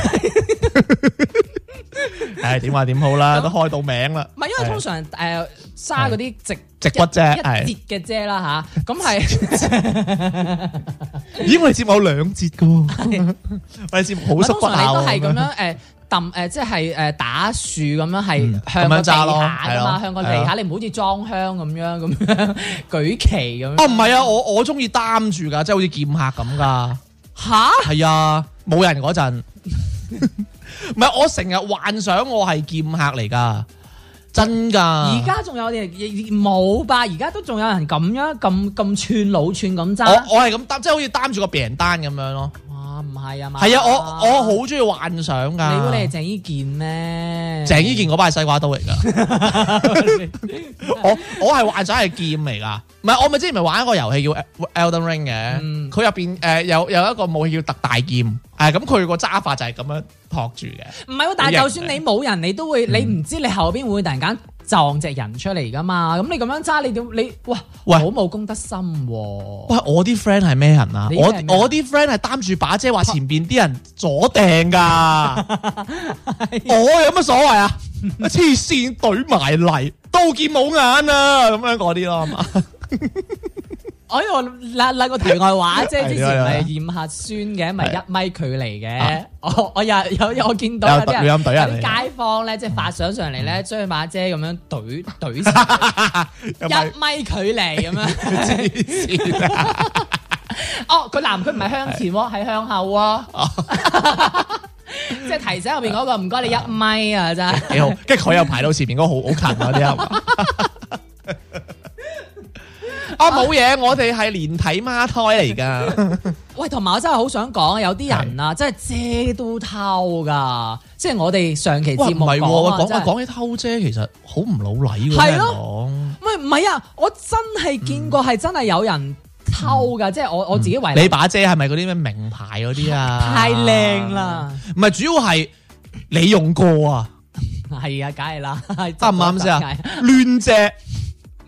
B: 唉，點話點好啦，都開到名啦。
G: 唔係因為通常誒揸嗰啲直
B: 直骨遮
G: 一
B: 係
G: 一截嘅遮啦吓，咁係
B: 咦，我哋節目有兩節噶， 我哋節 目好縮
G: 通
B: 骨啊
G: 常
B: 下
G: 你都係咁樣
B: 喎。
G: 誒揼誒，即係誒打樹咁樣
B: 嗯
G: 係向個地
B: 咁樣揸咯
G: 下㗎
B: 係咯
G: 嘛，向個地
B: 係
G: 下
B: 啊
G: 你唔好似裝香咁樣咁樣 舉旗咁
B: 哦，
G: 樣。
B: 唔係啊，我我中意擔住噶，即係好似劍客咁噶。
G: 吓？
B: 係啊，冇人嗰陣， 唔係我成日幻想我係劍客嚟噶，真噶。
G: 而家仲有啲冇吧？而家都仲有人咁樣咁咁串老串咁揸。
B: 我我係咁擔，即係好似擔住個病單咁樣咯。
G: 哇，唔係啊嘛。
B: 係啊，我我好中意幻想噶。
G: 你估你係鄭伊健咩？
B: 鄭伊健嗰把係西瓜刀 嚟噶，我我係幻想係劍嚟噶，唔係我咪之前咪玩一個遊戲叫 Elden Ring 嘅，
G: 嗯
B: 佢入邊誒有有一個武器叫特大劍，誒咁佢個揸法就係咁樣托住嘅，
G: 唔係喎，但
B: 啊
G: 係就算你冇人，你都會，
B: 嗯
G: 你唔知你後邊會唔會突然間撞隻人出嚟噶嘛？咁你咁樣揸，你點你哇
B: 喂
G: 好冇公德心喎！
B: 喂我啲 friend 係咩人啊？
G: 你啲
B: 我
G: friend 係咩人
B: 我啲 friend 係擔住把遮話前邊啲人左 掟噶，我有乜所謂啊？黐線懟埋嚟，刀劍冇眼啊咁樣嗰啲咯，係嘛？
G: 我呢度哎嗱嗱個題外 話，即係之前咪
B: 係
G: 驗核酸嘅，咪
B: 係
G: 一米距離嘅
B: 啊。
G: 我我有有有我見到有啲人
B: 有
G: 有
B: 隊人嚟嗯
G: 啲街坊咧，即係發相上嚟咧，將把遮咁樣 懟懟
B: 啊
G: 前
B: 有咪
G: 一米距離咁 樣。
B: 黐線啊
G: 哦，佢男佢唔係向前喎，係向後喎。
B: 哦
G: 即係提醒後邊嗰個，唔該你一米啊，真係。
B: 幾好，跟住佢又排到前面嗰個好好近嗰啲 啊嘛。啊冇嘢，我哋係連體孖胎 嚟噶，
G: 喂，同埋我真係好想講，有啲人啊，真係遮都偷噶，即係我哋上期
B: 哇
G: 節
B: 唔
G: 目
B: 係喎，
G: 講啊
B: 講
G: 真係
B: 講起偷遮其實好唔老禮喎，
G: 係
B: 係
G: 咯
B: 咯，
G: 唔係唔係啊！我真係見過係真係有人偷噶，即係我我自己為
B: 嗯你把遮係咪嗰啲咩名牌嗰啲啊？
G: 太靚，啦，
B: 唔係主要係你用過啊，
G: 係啊，梗係啦，
B: 啱
G: 啱
B: 唔啱 先啊？亂遮，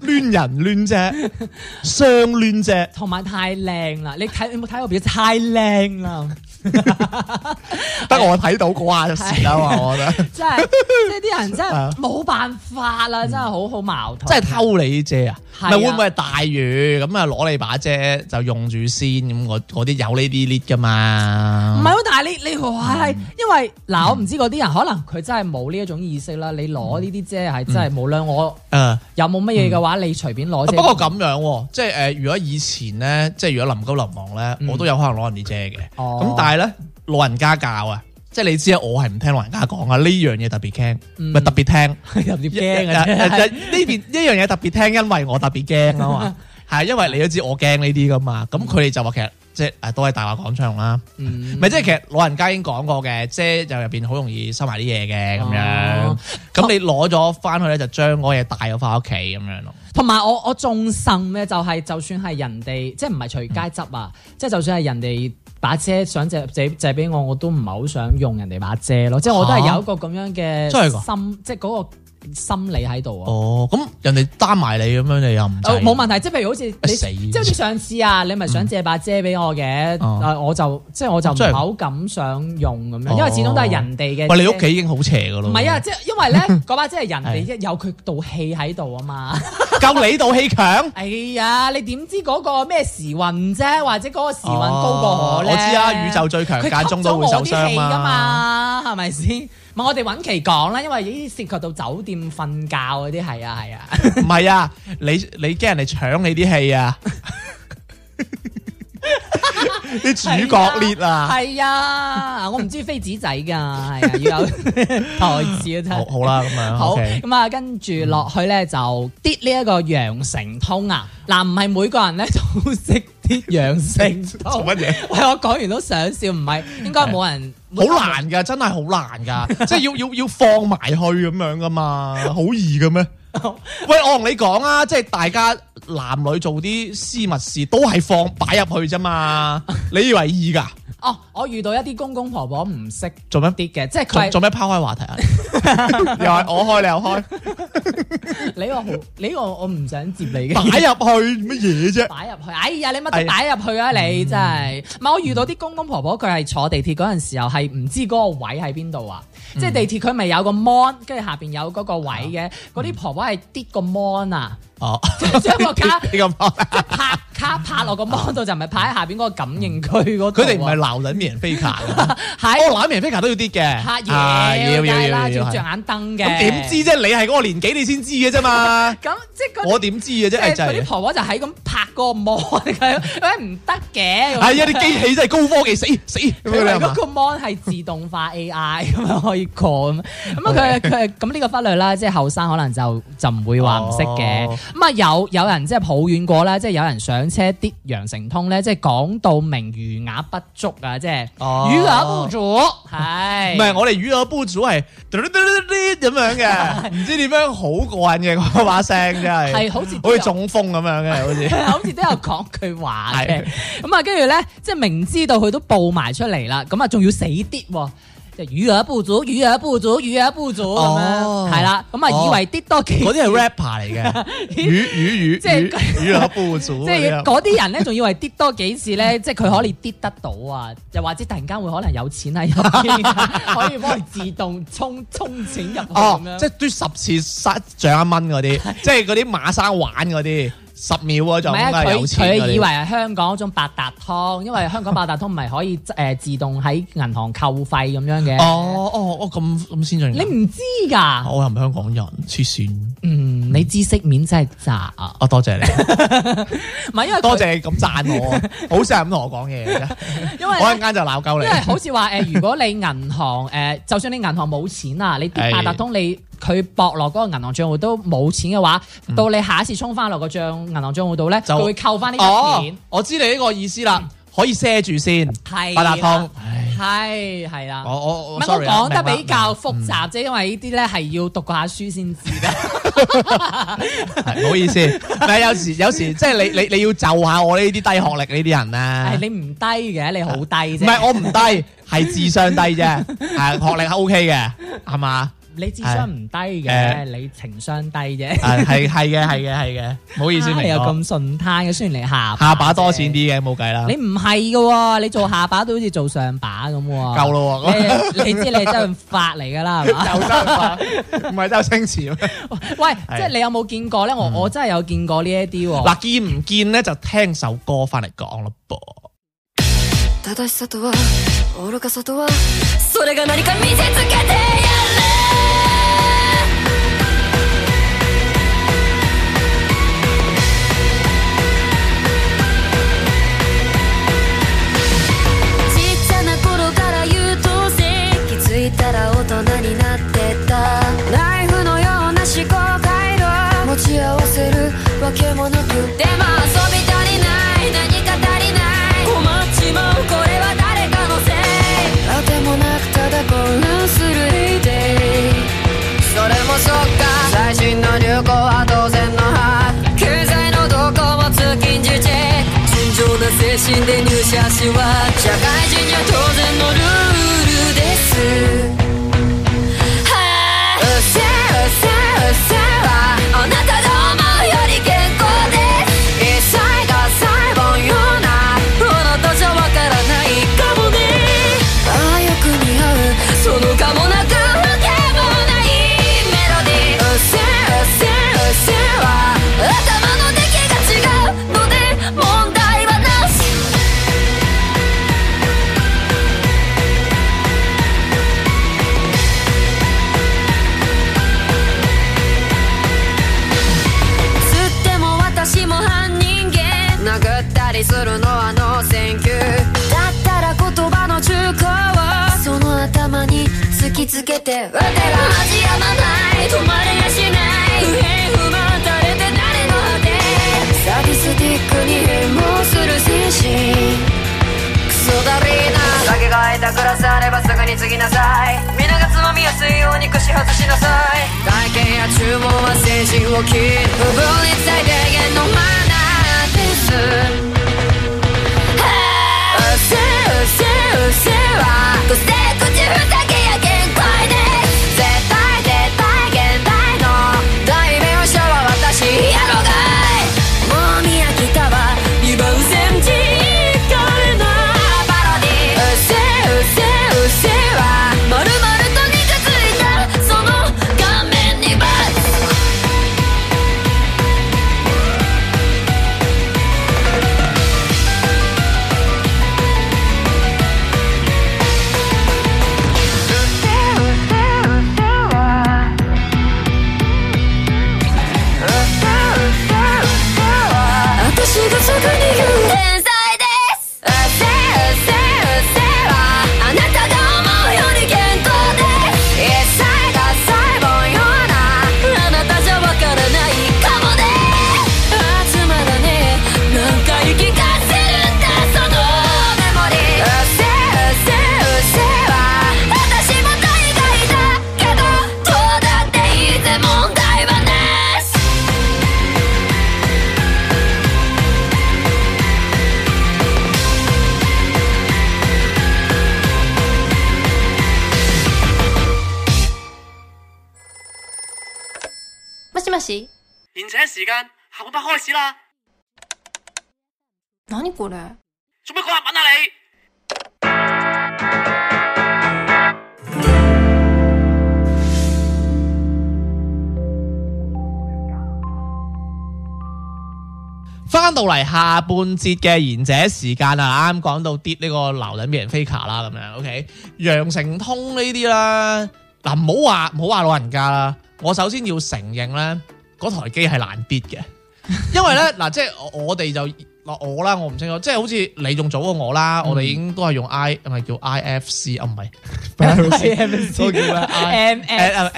B: 亂人亂遮， 雙亂遮。
G: 同埋太靚啦！你睇你有冇睇我表？太靚啦！
B: 得我睇到嗰下就時啦嘛，我 覺得
G: 真係即係啲人真
B: 係啊
G: 係冇辦法啦，真係好好矛盾。啊
B: 真係偷你遮啊！
G: 係
B: 咪
G: 啊
B: 會唔會係大雨咁啊？攞你把遮就用住先咁，嗰嗰啲有呢啲 lit 噶嘛？
G: 唔係喎，但係你你話係因為嗱，我唔知嗰啲人可能佢真係冇呢一種意識啦。
B: 嗯
G: 你攞呢啲遮係真係無論我
B: 誒，
G: 有冇乜嘢嘅話，你隨便攞
B: 啊不
G: 遮。
B: 過咁樣喎，即係誒，如果以前咧，即係如果臨急臨忙咧，我都有可能攞人哋遮嘅。
G: 嗯哦
B: 咁但係咧，老人家教啊，即係你知啊，我係唔聽老人家講啊，呢樣嘢特別驚，
G: 嗯
B: 咪特別聽。
G: 係有啲 驚啊
B: 呢
G: 嘅 啫。
B: 邊一樣嘢特別聽，因為我特別驚 啊嘛，係因為你都知我驚呢啲噶嘛，咁佢哋就話其實即係誒都係大話廣場啦，
G: 嗯
B: 咪即係其實老人家已經講過嘅，遮就入邊好容易收埋啲嘢嘅咁樣
G: 哦，
B: 咁你攞咗翻去咧就將嗰嘢帶咗翻屋企咁樣咯，
G: 同埋我我仲甚嘅就係、就算係人哋即係唔係隨街執啊，即係就算係人哋把遮想借借借俾我，我都唔係好想用人哋把遮咯，即係我都係有一個咁樣嘅
B: 真係㗎
G: 心，即係嗰個心理喺度啊。
B: 哦，咁人哋擔埋你咁樣你又唔制
G: 哦冇問題，即係譬如好似
B: 哎死
G: 你，即係好似上次啊，你咪想借把遮俾我嘅，
B: 哦
G: 啊我就即係我就唔
B: 真係哦
G: 係好敢想用咁樣，因為始終都係人哋嘅。
B: 喂，你屋企已經好邪噶咯，
G: 唔係啊，，即係因為咧 嗰把遮係人哋
B: 係
G: 一有佢道氣喺度啊嘛。
B: 夠你道氣強。
G: 哎呀，你點知嗰個咩時運啫，或者嗰個時運高過我咧？
B: 哦我知啊，宇宙最強
G: 佢
B: 間中都會
G: 吸咗
B: 受
G: 我啲
B: 傷
G: 氣㗎
B: 嘛。
G: 嘛，係咪先？唔係我哋揾期講啦，因為呢啲涉及到酒店瞓覺嗰啲係啊係啊。
B: 唔係啊，你你驚人哋搶你 啲戲啊！啲主角列啊！
G: 係啊，我唔中意飛紙仔㗎，係 啊，要有台詞啊真
B: 好
G: 係。
B: 好啦，咁樣
G: 好
B: OK
G: 咁啊，跟住落去咧就跌呢一個羊城通啊！嗱，唔係每個人咧都識跌羊城
B: 做
G: 通。
B: 乜嘢？
G: 喂，我講完都想笑，唔係應該冇人
B: 好難㗎，真係好難㗎， 即係要要要放埋去咁樣㗎嘛，好易 嘅咩？喂，我同你講啊，即係大家男女做啲私密事都係放擺入去 啫嘛，你以為易㗎？
G: 哦！我遇到一啲公公婆婆唔識
B: 做咩？
G: 跌嘅，即係
B: 做
G: 佢
B: 做
G: 係
B: 咩拋開話 題啊？又係我開，你又開。
G: 你個好，你個我唔想接你
B: 擺
G: 嘅
B: 入。去乜嘢啫？
G: 擺入去，哎呀，你乜
B: 哎
G: 都擺入去啊！你真係，唔係我遇到啲公公婆婆，佢係坐地鐵嗰陣時候係唔知嗰個位喺邊度啊，即係地鐵佢咪有個 mon，跟住下邊有嗰個位嘅，嗰啲婆婆係跌個 mon 啊，
B: 哦，
G: 將個 卡
B: 呢個幫
G: 拍卡拍落個 mon 度，就唔係拍喺下邊嗰個感應區嗰度
B: 佢
G: 啊。
B: 哋唔係鬧撚棉飛卡哦㗎，
G: 係
B: 我攬棉飛卡都要啲嘅，
G: 拍
B: 啊
G: 嘢，梗係啦，仲要
B: 係
G: 着眼燈嘅。。
B: 咁點知？啫？你係嗰個年紀，你先知嘅啫嘛
G: 咁即係嗰
B: 我點知嘅
G: 即
B: 啫？
G: 係
B: 係
G: 嗰
B: 真
G: 啲
B: 係。
G: 婆婆就喺咁拍嗰個 mon，佢佢唔得嘅。咁
B: 係啊！啲機器真係高科技，死死咁
G: 佢
B: 樣
G: 哋
B: 係
G: 嗰
B: 嘛
G: 個 mon 係自動化 AI 咁樣可以過咁，咁啊佢
B: OK
G: 佢係咁呢個忽略啦，即係後生可能就就唔會話唔識嘅。
B: 哦
G: 咁啊有有人即係抱怨過啦，即係有人上車啲羊城通咧，即係講到明餘額不足啊，即係
B: 哦
G: 餘額 不足係。
B: 唔係，我哋魚有煲組係嘟嘟嘟嘟嘟咁樣嘅，唔知點樣好過癮嘅嗰把聲真係，
G: 係好似
B: 好似中風咁樣嘅，好 似
G: 好似都有講句話嘅
B: 係，
G: 咁啊，跟住咧，即係明知道佢都報埋出嚟啦，咁啊，仲要死啲喎，即係餘額不足，餘額不足，餘額不足咁
B: 哦
G: 樣，係啦，咁
B: 哦
G: 啊，以為啲多幾，
B: 嗰啲係 rapper 嚟嘅，魚魚魚
G: 即係
B: 魚魚有煲組
G: 即
B: 嗰
G: 係
B: 啲啊
G: 嗰啲人咧，仲以為跌多幾次 咧，即係佢可以跌得到啊，又或者突然間會可能有錢喺入 邊，可以幫佢自動充充錢入去咁
B: 哦，即
G: 樣。
B: 係嘟十次塞獎一蚊嗰啲，即係嗰啲馬生玩嗰啲十秒嗰
G: 唔
B: 種
G: 係啊！
B: 啊，有
G: 佢
B: 錢
G: 佢
B: 嗰啲
G: 以為係香港嗰種八達通，因為香港八達通唔係可以誒自動喺銀行扣費咁樣嘅。
B: 哦哦哦咁咁先進
G: 你
B: 㗎，
G: 唔知㗎？
B: 我又唔係香港人，黐線。
G: 嗯，你知識面真係窄啊！
B: 哦，多謝你，
G: 唔係因為佢
B: 多，謝你咁 讚我，啊好少人咁同我講嘢嘅啫，
G: 因
B: 我一
G: 為
B: 間就鬧鳩
G: 因為
B: 你。
G: 好似話誒，如果你銀行誒，就算你銀行冇錢啊，你啲八達通你佢駁落嗰個銀行帳户都冇錢嘅話，到你下一次充翻落個帳銀行帳户度咧，
B: 嗯就
G: 就會扣翻呢筆
B: 哦
G: 錢，，
B: 我知你呢個意思
G: 嗯
B: 啦，可以賒住先，
G: 係
B: 八達
G: 啦
B: 通。唉
G: 係係啦
B: 我。我
G: 唔
B: 我
G: 係我
B: sorry 啊
G: 講得
B: 明白嗯
G: 比較複雜啫，因為呢啲咧係要讀過下書先知嘅。
B: 係唔好意思，唔係有時有時即係你你你要就下我呢啲低學歷呢啲人
G: 係
B: 啊。
G: 你唔低嘅，你好低啫。
B: 唔係我唔低，係智商低啫， 係學歷係 OK 嘅，係嘛？
G: 你智商唔低
B: 誒
G: 嘅，你情商低啫。
B: 誒係係嘅係嘅係嘅，唔好意思，
G: 啊你
B: 明
G: 又
B: 哥，
G: 咁順攤嘅，雖然你下
B: 下把多
G: 啫
B: 錢啲嘅冇計啦
G: 你，唔係嘅喎，你做下巴都好似做上巴咁喎。
B: 夠咯喎。
G: 你你知你係周潤發嚟㗎 啦，係嘛？
B: 有得法，唔係周星馳咩？
G: 喂，
B: 係嗯
G: 即係你有冇見過咧？我我真係有見過呢一啲喎。
B: 嗱，見唔見咧就聽首歌翻嚟講咯噃。
H: 正しさとは愚かさとはそれが何か見せつけてやれちっちゃな頃から優等生気づいたら大人になってったナイフのような思考回路持ち合わせるわけもなくでも遊び足りない何か足りない困っちまうこれは誰かのせいあてもなくただ混乱する a y それもそっか最新の流行は当然の派経済の動向も通勤時チェック純情な精神で入社しは社会人には当然のルールです「うっせうっせうっせ」はあなたの思うより健康です一切が最後ようなものとじゃわからないかもねああよく似合うそのかもなくわけもないメロディー「うっせうっせうっせ」は頭の出来が違うので問題はなし吸っても私も半人間殴ったりするのはノーセンキューだったら言葉の中古をその頭に突きつけて腕が味やまない止まれやしない不平不満垂れて誰の果てサディスティックに変貌する精神クソだべーな酒が空いたグラスあればすぐに次ぎなさい皆がつまみやすいように串外しなさい体験や注文は精神を切る不分に最低限のマナーです「うっせうっせうっせ」は「くせ口ふざけや限界です」「絶対絶対現代の代名詞は私やろがい」「もう見飽きたわ2番線じかれなパロディ」「うっせうっせうっせ」は「まるまると苦手らし
E: 賢者時間下個 part 開始啦，
H: 何これ
E: 做咩講日文啊你？
B: 翻到嚟下半節嘅賢者時間啊，啱講到跌呢個流撚俾人 faker 啦，咁樣 OK。羊城通呢啲啦，嗱唔好話唔好話老人家啦，我首先要承認咧，嗰台機係難跌嘅，因為咧嗱，即係我我哋就嗱我啦，我唔清楚，即係好似你仲早過我啦，我哋已經都係用 I 係咪叫 IFC 啊？唔 係 都叫咩啊
G: M
B: N-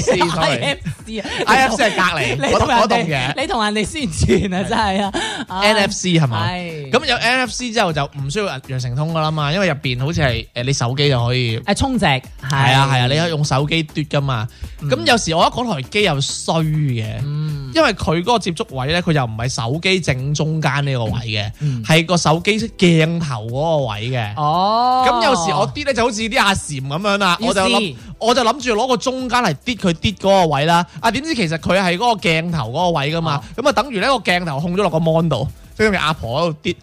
B: NFC sorry IFC 係隔離
G: 你
B: 嗰
G: 同
B: 嗰
G: 人
B: 棟嘢
G: 哋，你同人哋宣傳啊，真係啊唉
B: NFC 係嘛？
G: 係
B: 咁有 NFC 之後就唔需要羊城通噶啦嘛，因為入邊好似係呃誒你手機就可以
G: 誒充值係
B: 係啊係啊，你可以用手機嘟噶嘛。咁、有時我覺得嗰台機又衰嘅，
G: 嗯
B: 因為佢嗰個接觸位咧，佢又唔係手機正中間呢個位嘅，
G: 嗯
B: 係、個手機鏡頭嗰個位嘅。
G: 哦，
B: 咁有時我啲咧就好似啲阿禪咁樣啦，
G: 要
B: 我就諗
G: 試
B: 我就諗住攞個中間嚟跌佢跌嗰個位啦。啊點知其實佢係嗰個鏡頭嗰個位噶嘛，咁啊、等於呢個鏡頭控咗落個 mon 度，即係阿 婆喺度跌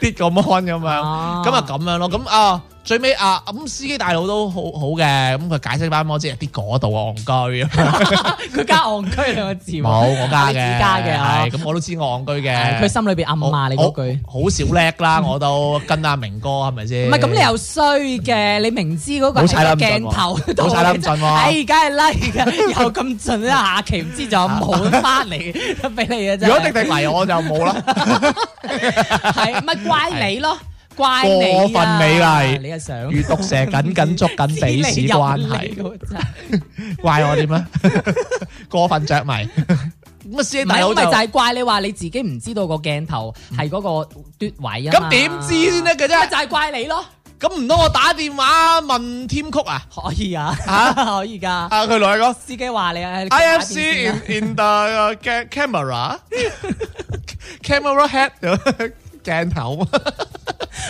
B: 跌個 mon 咁樣，
G: 哦
B: 咁啊咁樣咯。咁啊最尾啊咁司機大佬都好好嘅，咁佢解釋翻我知係跌嗰度啊戇 居
G: 佢加戇居兩個字喎，
B: 冇我加
G: 你
B: 嘅，
G: 自己加嘅啊
B: 係咁我都知我戇居嘅。
G: 佢心裏邊暗罵你嗰句。
B: 好好少叻啦，我都跟阿明哥係咪先？
G: 唔係咁，你又衰嘅，你明知嗰個
B: 冇踩
G: 係
B: 得
G: 個
B: 咁盡喎
G: 鏡頭度，
B: 冇踩得咁盡喎
G: 唉，梗係啦，而家又咁盡啦，下期唔知仲有冇翻嚟得俾你嘅啫。
B: 如果 迪迪嚟我就冇啦，
G: 係咪怪你咯？怪你啊
B: 過分美麗
G: 你嘅相
B: 如毒蛇緊緊捉緊彼此關係，
G: 係。
B: 怪我點 咧？過分着迷，咁啊師姐
G: 唔
B: 大佬
G: 係，咪
B: 就
G: 就係怪你話你自己唔知道個鏡頭係嗰個嘟位啊嘛？
B: 咁點知先得嘅
G: 咪
B: 啫？
G: 就係怪你咯，
B: 咁唔通我打電話問添曲啊？
G: 可以啊，
B: 啊
G: 可以㗎。
B: 啊佢來個
G: 司機話你啊你打電話
B: IFC
G: 先啦
B: in in the uh, ca- camera camera head 鏡頭，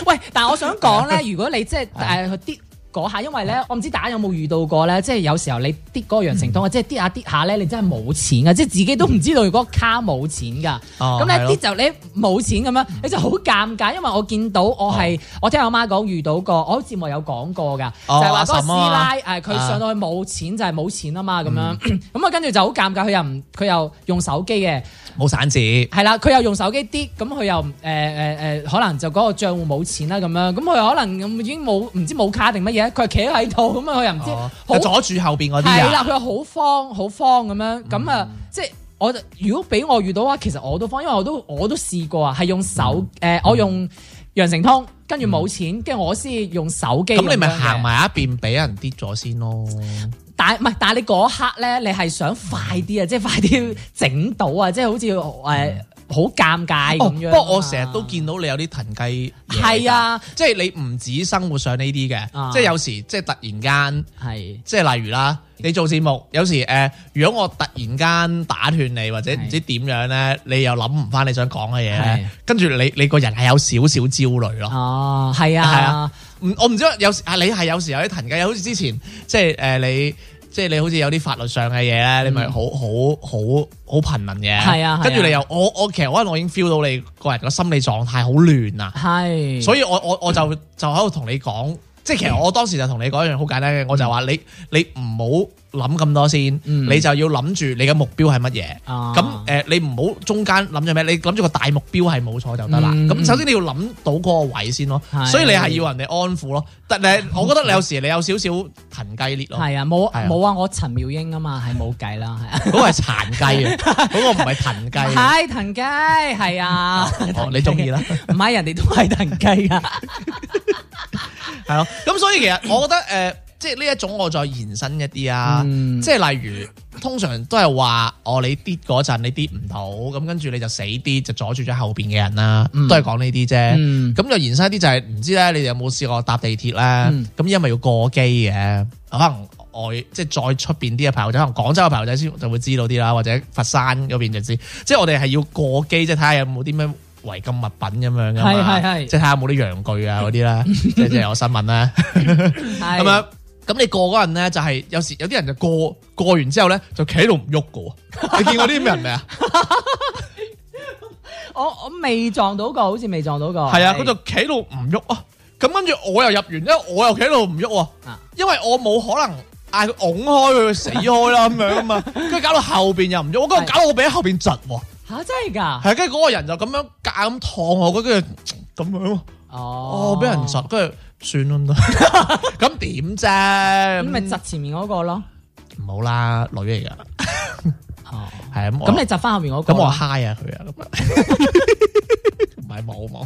G: 喂，但係我想講 咧，如果你即係誒佢啲嗰下，因為咧，我唔知大家有冇遇到過咧，即係有時候你啲嗰個羊城
B: 嗯
G: 通，即係啲下啲下咧，你真係冇錢噶，即係自己都唔知道嗰個卡冇錢㗎。
B: 哦
G: 咁
B: 係
G: 咧
B: 咯嗯
G: 啲就你冇錢咁樣，你就好尷尬，因為我見到我係我聽我媽講遇到過，我喺節目有講過㗎，就
B: 哦
G: 係話嗰個
B: 阿嬸啊嗯
G: 師奶誒佢上到去冇錢就係冇錢啊嘛咁樣，咁啊跟住就好尷尬，佢又唔佢又用手機嘅。
B: 冇散紙，
G: 係啦，佢又用手機啲，咁佢又誒誒誒，可能就嗰個賬戶冇錢啦咁樣，咁佢可能咁已經冇唔知冇卡定乜嘢，佢係企喺度，咁啊佢又唔
B: 哦
G: 知
B: 就
G: 好
B: 阻住後邊嗰啲
G: 係啦，
B: 啊，
G: 佢好慌好慌咁
B: 嗯
G: 樣，咁啊即係。我就如果俾我遇到啊，其實我都慌，因為我都我都試過啊，係用手誒、
B: 嗯
G: 我用羊城通，跟住冇錢，跟住我先用手機。
B: 咁你咪行，埋一邊俾人跌咗先咯。
G: 但係唔係？但係你嗰刻咧，你係想快啲啊，即係快啲整到啊，即係好似誒好尷尬
B: 哦
G: 咁樣啊嘛。
B: 不過我成日都見到你有啲騰雞嘢㗎
G: 係啊，
B: 即係你唔止生活上呢啲嘅，
G: 啊
B: 即係有時即係突然間，
G: 係
B: 即係例如啦，你做節目有時誒、呃如果我突然間打斷你或者唔知點樣咧，你又諗唔翻你想講嘅嘢咧
G: 係，
B: 跟住你你個人係有少少焦慮咯。
G: 哦，係啊，
B: 係啊，唔我唔知有時啊，你係有時有啲騰雞，好似之前即係誒、呃你。即係你好似有啲法律上嘅嘢咧，你咪好好好好頻民嘅。
G: 嗯係啊係啊
B: 跟住你又我我其實可能我已經 feel 到你個人個心理狀態好亂啊。
G: 係，
B: 所
G: 以
B: 以我我我就就喺度同你講，即係其實我當時就同你講一樣好簡單嘅，我就話你你唔好諗咁多先，
G: 嗯
B: 你就要諗住你嘅目標係乜嘢。
G: 哦啊
B: 咁誒、你唔好中間諗住咩，你諗住個大目標係冇錯就得啦。
G: 嗯
B: 咁、首先你要諗到嗰個位先咯，
G: 係
B: 所以你係要人哋安撫咯。但係我覺得你有時你有少少騰雞烈咯，
G: 係啊，冇
B: 係啊
G: 冇啊，我陳妙英啊嘛，係冇計啦，係啊，
B: 嗰個係殘雞 啊，嗰個唔係騰雞啊。
G: 係騰雞，係啊，
B: 哦，你中意啦。
G: 唔係人哋都係騰雞噶，
B: 系咯，咁所以其實我覺得诶、呃即係呢一種我再延伸一啲啊，
G: 嗯
B: 即係例如通常都係話哦，你跌嗰陣你跌唔到，咁跟住你就死跌，就阻住咗後邊嘅人啦，
G: 嗯
B: 都係講呢啲啫。
G: 嗯，
B: 咁就延伸一啲就係、唔知咧，你哋有冇試過搭地鐵咧？
G: 嗯
B: 咁因為要過機嘅，可能外即係再出邊啲嘅朋友仔，可能廣州嘅朋友仔先就會知道啲啦，或者佛山嗰邊就知。即係我哋係要過機，即係睇下有冇啲咩違禁物品咁樣噶嘛。
G: 係係係
B: 即係睇下有冇啲陽具啊嗰啲啦，即係即係我新聞啦。
G: 嗯係
B: 咁樣咁你過嗰陣咧，就係、有時有啲人就過過完之後咧，就企喺度唔喐嘅喎。你見過啲咁嘅人未啊？
G: 我我未撞到過，好似未撞到過。
B: 係啊，佢就企喺度唔喐啊。咁跟住我又入完之後，我又企喺度唔喐喎
G: 啊，
B: 因為我冇可能嗌佢拱開佢死開啦咁樣啊 嘛。跟住搞到後邊又唔喐，我嗰
G: 係
B: 個搞到我俾喺後邊窒喎。
G: 吓真係㗎？
B: 係跟住嗰個人就咁樣夾咁燙我，跟住咁樣喎。
G: 哦
B: 哦，俾人窒，跟住算啦 咁多，咁點啫？
G: 咁咪窒前面嗰個咯。
B: 唔好啦，女嚟噶，
G: 哦，
B: 係咁我。
G: 咁你窒翻後面嗰個
B: 咁
G: 啦。
B: 我嗨啊佢啊， 咁啊唔係 冇冇，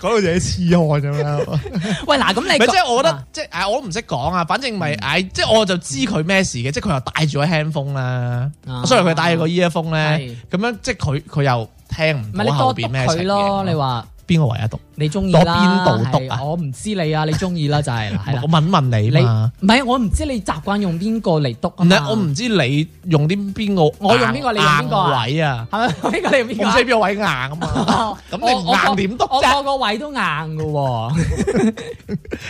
B: 講到自己痴漢咁樣。
G: 喂嗱，咁你
B: 咪即係我覺
G: 啊嗯
B: 得，即係唉，我都唔識講啊。反正咪唉，即係我就知佢咩事嘅，即係佢又戴住個 handphone 啦
G: 啊，
B: 雖然佢戴住個 earphone 咧
G: 係，
B: 咁樣即係佢佢又聽唔
G: 唔係
B: 到
G: 你
B: 後
G: 多
B: 邊
G: 篤
B: 咩情
G: 佢咯？你
B: 形。
G: 話
B: 邊個唯一讀？
G: 你中意啦，
B: 攞邊度篤啊
G: 係我唔知你啊，你中意啦就係 啦，係啦
B: 我。問問你
G: 你
B: 嘛。
G: 唔係我唔知你習慣用邊個嚟篤啊
B: 啊唔
G: 嘛
B: 係，我唔知你用啲邊個，
G: 我用邊個你用邊個啊
B: 硬位啊？
G: 係咪呢個你用邊個
B: 我唔
G: 啊。
B: 知邊個位硬啊嘛 咁
G: 我我
B: 你唔硬點篤
G: 我
B: 啫？
G: 個個位都硬嘅喎，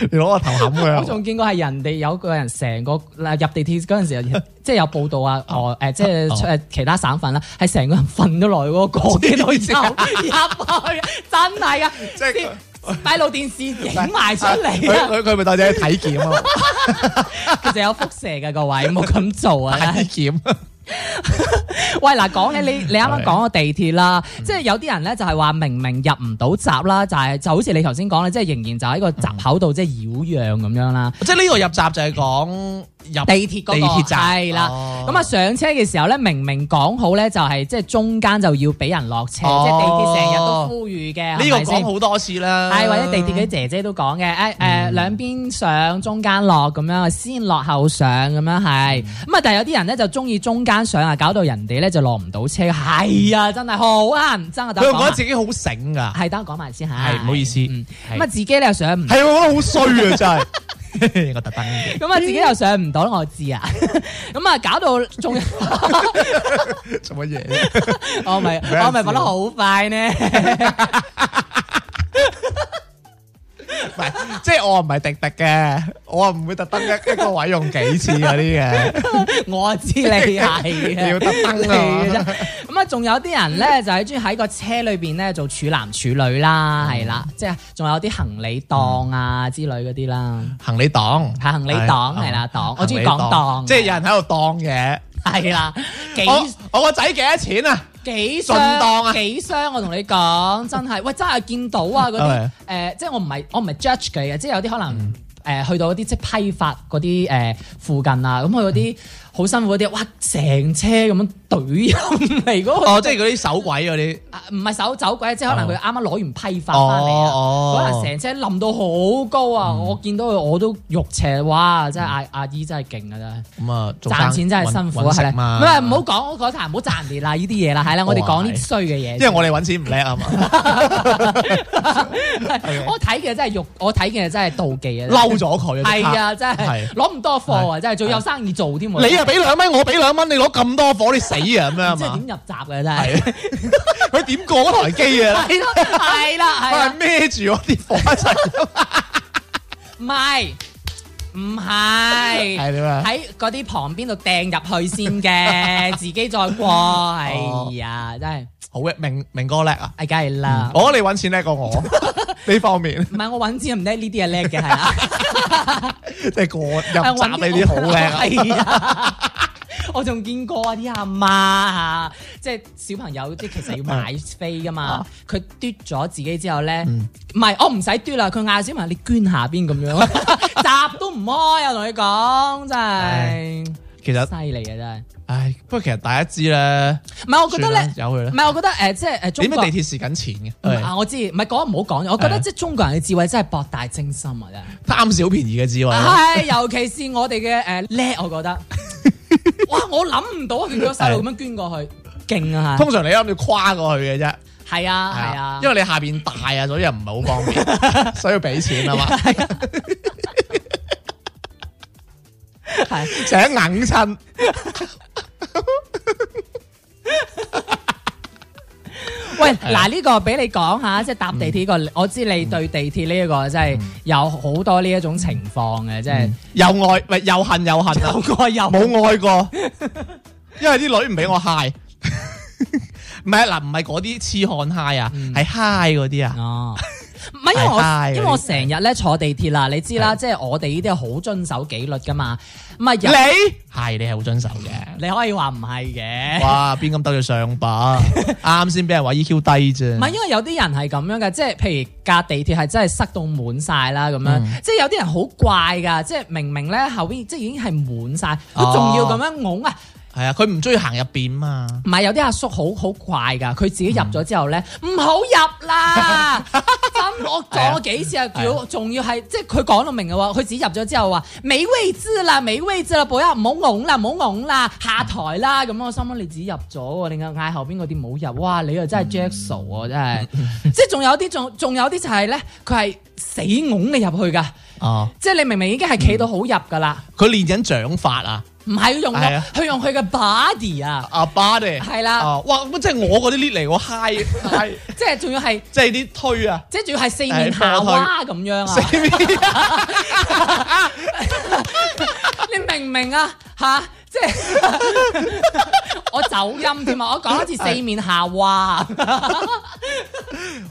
B: 你攞個頭冚佢
G: 我
B: 啊！
G: 仲見過係人哋有個人成個嗱入地鐵嗰陣時， 即係有報道啊，哦誒，即係
B: 哦
G: 誒其他省份啦，係成個人瞓咗落去嗰個過幾度 之後入去，真係噶，
B: 即係
G: 閉路電視影埋出嚟
B: 佢
G: 啊，
B: 佢佢咪帶你去體 檢啊？
G: 其實有輻射嘅各位，冇咁做 啊。
B: 體檢
G: 喂，嗱，講起
B: 嗯
G: 你，你啱啱講個地鐵啦，即係有啲人咧就係話明明入唔到閘啦，就係、就好似你頭先講啦，即係仍然就喺個閘口度即係擾攘咁樣啦。
B: 即係呢個入閘就係講入
G: 地鐵嗰、
B: 嗯地
G: 個
B: 鐵站
G: 係啦，
B: 哦
G: 咁啊、上車嘅時候咧，明明講好咧就係即係中間就要俾人落車，
B: 哦
G: 即係地鐵成日都呼籲嘅，
B: 呢
G: 係
B: 個
G: 咪先
B: 講好多次啦，
G: 係或者地鐵嗰啲姐姐都講
B: 嗯
G: 嘅，誒誒兩邊上中間落咁樣，先落後上咁樣係。
B: 嗯
G: 咁啊，但係有啲人咧就中意中間上啊，搞到人哋咧就落唔到車。係啊，真係好啊，唔爭啊，等
B: 佢
G: 我講
B: 又覺得
G: 埋
B: 自己好醒噶，
G: 係等我講埋先嚇。
B: 係唔好意思，
G: 嗯
B: 係
G: 咁啊，自己咧又上唔，
B: 係我覺得好衰啊，真係我特登嘅，
G: 咁啊自己又上唔到，我知啊。 咁啊，搞到仲，
B: 做乜嘢啫？
G: 我咪
B: 啊
G: 我咪瞓得好快呢。
B: 唔係，即係我唔係滴滴嘅，我唔會特登一一個位用幾次嗰啲嘅，
G: 我知你係啊嘅，
B: 要特登啊
G: 嘅啫。咁啊，仲有啲人咧就係中意喺個車裏邊咧做處男處女啦，
B: 嗯
G: 係啦，即係仲有啲行李檔啊之類嗰啲啦，
B: 行李黨，
G: 係行李檔係啦，檔我中意講檔，
B: 即係有人喺度當嘢。
G: 係啦，幾
B: 我我個仔幾多錢啊？
G: 幾
B: 順當啊
G: 箱幾箱，我同你講，真係，喂，真係見到啊嗰
B: 係嗯
G: 啲誒，即係我唔係我唔係 judge 佢嘅，即係有啲可能。誒、去到嗰啲即係批發嗰啲誒附近啊，咁去嗰啲好辛苦嗰啲，哇！成車咁樣懟入嚟嗰個，
B: 哦，即係嗰啲手鬼嗰啲。
G: 啊唔係手走鬼，即係可能佢啱啱攞完批發翻嚟啊，
B: 哦嗯
G: 可能
B: 哦，
G: 成車冧到好高啊！我見到佢我都肉赤，哇！真係阿阿姨真係勁啊，真係。
B: 咁啊，嗯做生
G: 賺錢真係辛苦啊，
B: 搵
G: 係
B: 食
G: 啦，
B: 嘛
G: 唔係唔好講嗰壇，唔好賺人哋啦，呢啲嘢啦，係啦，我哋講呢啲衰嘅嘢。
B: 因為我哋揾錢唔叻啊 嘛，
G: 我睇嘅真係肉，我睇嘅真係妒忌啊！
B: 嬲咗佢啊！
G: 係啊，真係
B: 係
G: 攞唔多貨啊，真係仲有生意做添喎。
B: 你啊俾兩蚊，我俾兩蚊，你攞咁多火，你死啊咁樣啊
G: 即係
B: 嘛！
G: 點入閘嘅真係？
B: 係， 佢點過嗰台機啊？
G: 係咯，係啦， 係啊
B: 佢
G: 啦
B: 係，孭住我啲火一齊，
G: 唔係唔 係
B: 係點啊
G: 喺嗰啲旁邊度掟入去先 嘅，自己再過。哎呀，真係，
B: 好嘅，明明哥叻啊！
G: 哎，梗係啦。
B: 我覺得你揾錢叻過我 呢方面，
G: 唔係我揾錢唔叻呢啲嘢叻嘅係啦。
B: 即係過入
G: 啊
B: 閘
G: 搵
B: 你啲好 叻啊！
G: 係啊！我仲見過啊啲阿媽啊，即係小朋友即係其實要買
B: 嗯
G: 飛噶
B: 啊
G: 嘛，佢嘟咗自己之後咧，唔係我唔使嘟啦，佢嗌小朋友你捐下邊咁樣， 閘都唔開啊！同你講真
B: 其實，
G: 係犀利啊真係，
B: 唉，不過其實大家知咧，
G: 唔係我覺得咧，
B: 算啦由佢啦
G: 唔係我覺得誒即係誒中
B: 點
G: 國
B: 解地鐵蝕緊錢
G: 唔係
B: 嘅？
G: 啊我知，唔係講唔好講，我覺得
B: 係
G: 即係中國人嘅智慧真係博大精深啊真係。
B: 貪小便宜嘅智慧。啊
G: 係，尤其是我哋嘅誒叻，我覺得，哇！我諗唔到啊，見到細路咁樣捐過去，勁啊
B: 通常你諗住跨過去嘅啫，
G: 係，係啊係啊，
B: 因為你下邊大啊，所以又唔係好 方便，所以要俾錢啊嘛，
G: 係
B: 成日硬親，
G: 喂，嗱呢個俾你講下，即係搭地鐵呢個，我知你對地鐵呢一個真係有好多呢一種情況嘅，即
B: 嗯
G: 係
B: 又愛唔係又恨又恨啊，
G: 有嗯愛有
B: 冇愛過，因為啲女唔俾我 high。唔係嗱，唔係嗰啲痴漢 high 啊，
G: 嗯
B: 係 high 嗰啲啊。
G: 哦，唔係因為我
B: 拜拜
G: 因為我成日咧坐地鐵啦，你知啦，即係我哋呢啲係好遵守紀律噶嘛，唔係
B: 你
G: 有
B: 係你係好遵 守嘅。
G: 你可以話唔係嘅。
B: 哇，邊咁兜咗 上把，啱先俾人話 EQ 低啫。
G: 唔係，因為有啲人係咁樣嘅，即係譬如架地鐵係真係塞到滿晒啦咁樣，即係有啲人好怪㗎，即係明明咧後邊即係已經係滿晒，佢仲要咁樣拱啊！
B: 係啊，佢唔中意行入邊嘛。
G: 唔係有啲阿叔好好怪㗎，佢自己入
B: 嗯
G: 咗之後咧，唔好入啦！ 咁我講咗幾次啊，
B: 係
G: 叫仲要係即係佢講到明嘅喎，佢自己入咗之後話冇位置啦，冇位置啦，保友唔好拱啦，唔好拱啦，下台啦咁我啊心諗你自己入咗喎，你嗌後邊嗰啲冇入，哇！你又
B: 嗯
G: 真係 Jack 傻啊，真係！即係仲有啲仲仲有啲就係咧，佢係死拱你入去㗎，
B: 哦，
G: 即係你明明已經係
B: 嗯
G: 企到好入㗎啦，
B: 佢練緊掌法啊，
G: 唔係用
B: 係啊
G: 佢用佢嘅 body 啊，
B: 阿巴哋。
G: 係啦
B: 哦哇，咁即係我嗰啲 lead 嚟，我 high high，
G: 即係仲要係。
B: 即係啲推啊。
G: 即係仲要係四面夏娃咁樣
B: 四
G: 啊！
B: 面
G: 你明唔明啊？吓，即係 我走音添啊！我講一次四面夏娃，啊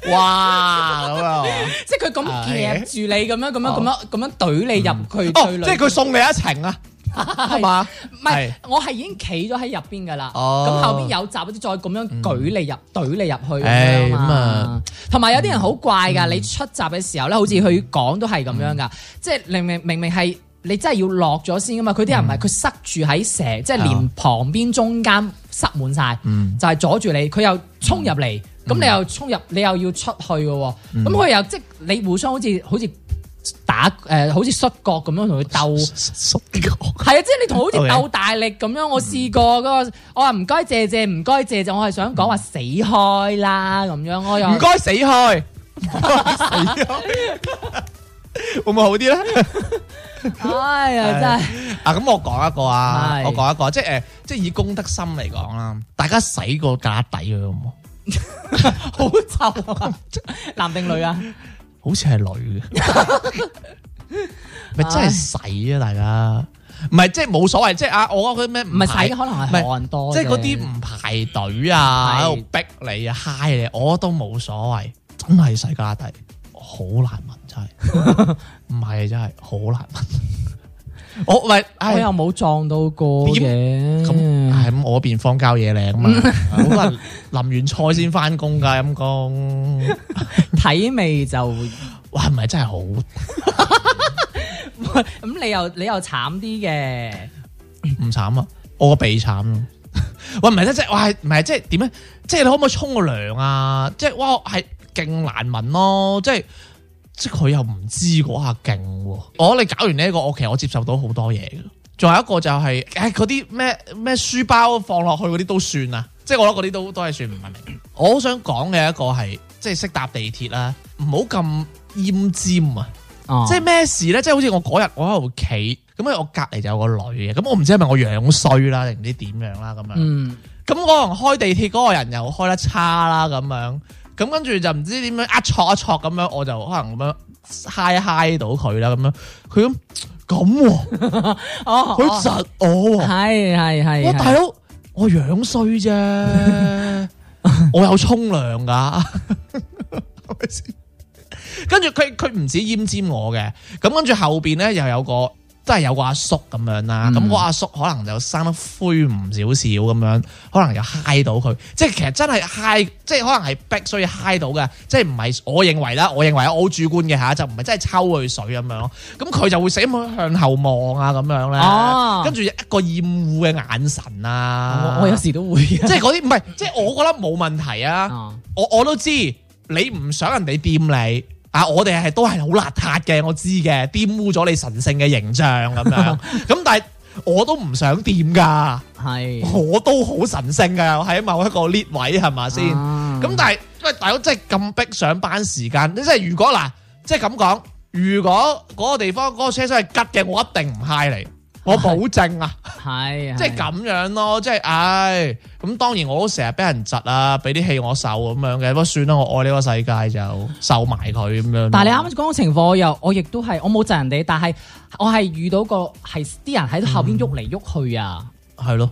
B: 哇咁啊！
G: 即係佢咁夾住你咁樣咁樣咁樣咁樣懟你入佢
B: 哦，
G: 對壘
B: 即係佢送你一程啊，係嘛？
G: 唔係
B: 係，
G: 我係已經企咗喺入邊㗎啦。
B: 哦
G: 咁後邊有閘嗰啲再咁樣舉你入，懟你入去
B: 唉
G: 咁樣啊
B: 咁啊嗯
G: 嘛。同埋有啲人好怪㗎，你出閘嘅時候咧，好似佢講都係咁樣㗎，即係明明明明係。你真係要落咗先㗎嘛？佢啲人
B: 嗯
G: 唔係佢塞住喺
B: 啊
G: 成，即係連旁邊中間塞滿晒，
B: 嗯
G: 就係阻住你。佢又衝入嚟，咁你又衝入，你又要出去嘅喎。
B: 嗯
G: 咁佢又即係你互相好似好似打誒，好似摔角咁樣同佢鬥。
B: 縮啲
G: 係啊，即係你同好似
B: OK
G: 鬥大力咁樣，我試過嗰個，我話唔該謝謝，唔該謝謝，我係想講話死開啦咁樣，我又
B: 唔該死開，唔該死開會唔會好啲咧？
G: 哎呀真係
B: 啊，咁我講一個啊，
G: 係
B: 我講一個，即係誒，即係以公德心嚟講啦，大家洗個架底佢好
G: 好
B: 唔好？
G: 臭啊！男定女啊？
B: 好似係女嘅， 咪真係洗啊！大家唔係即係冇所謂，即係啊，我嗰啲咩
G: 唔
B: 唔
G: 係洗，可能係
B: 唔係
G: 汗多
B: 即
G: 啫，
B: 係嗰啲唔排隊啊，
G: 係
B: 喺度逼你啊、嗨你，我都冇所謂，真係洗家底，好難聞真係， 唔係真係好難聞。我喂，
G: 我
B: 係
G: 又嗯冇撞到過嘅。
B: 咁係咁，我邊荒郊野嶺啊嘛， 好多人淋完菜先翻工㗎，陰公，
G: 體味就
B: 哇，唔係真係好
G: 咁，你又你又慘啲嘅，
B: 唔慘啊，我個鼻慘咯。 喂，唔係即係，哇，唔係即係點咧？即係你可唔可以沖個涼啊？即係哇，係勁難聞咯，即係即係佢又唔知嗰下勁喎。我你搞完呢、一個，我其實我接受到好多嘢嘅。仲有一個就係、唉嗰啲咩咩書包放落去嗰啲都算啊，即係我覺得嗰啲都都係算唔文明。我好想講嘅一個係，即係識搭地鐵啦，唔好咁奄尖啊！
G: 哦
B: 即係咩事咧？即係好似我嗰日我喺度企，咁咧我隔離就有個女嘅，咁我唔知係咪我樣衰啦，定唔知點樣啦咁樣。
G: 嗯
B: 咁可能開地鐵嗰個人又開得差啦咁樣，咁跟住就唔知點樣一戳一戳咁樣，我就可能咁樣嗨嗨到佢啦咁樣，佢咁咁喎，
G: 哦，
B: 佢
G: 哦
B: 窒我喎。
G: 係係係，
B: 哇，
G: 係
B: 大佬，我樣衰啫， 我有沖涼噶，係咪先跟住佢佢唔止奄尖我嘅，咁跟住後邊咧又有個真係有個阿叔咁樣啦，咁、
G: 嗯
B: 個阿叔可能就生得灰唔少少咁樣，可能又嗨到佢，即係其實真係嗨，即係可能係逼所以嗨到嘅，即係唔係我認為啦，我認為我好主觀嘅嚇，就唔係真係抽佢水咁樣咯，咁佢就會死咁向後望啊咁樣咧，
G: 哦
B: 跟住一個厭惡嘅眼神啊，
G: 我我有時都會嘅
B: 即係嗰啲唔係，即係我覺得冇問題啊。
G: 哦
B: 我我都知你唔想人哋掂你啊！我哋係都係好邋遢嘅，我知嘅，玷污咗你神聖嘅形象咁 樣。咁但係我都唔想掂㗎，
G: 係
B: 我都好神聖㗎，我喺某一個 lift 位係嘛先。
G: 啊
B: 咁但係喂，大佬真係咁逼上班時間，你真係如果嗱，即係咁講，如果嗰個地方嗰、個車廂係吉嘅，我一定唔嗨你。我保證啊，
G: 係
B: 即係咁樣咯，即係唉，咁當然我都成日俾人窒啊，俾啲氣我受咁樣嘅，不過算啦，我愛呢個世界就受埋佢咁樣。
G: 但係你啱啱講嘅情況，我又我亦都係我冇責人哋，但係我係遇到個係啲人喺後邊喐嚟喐去啊，
B: 係咯，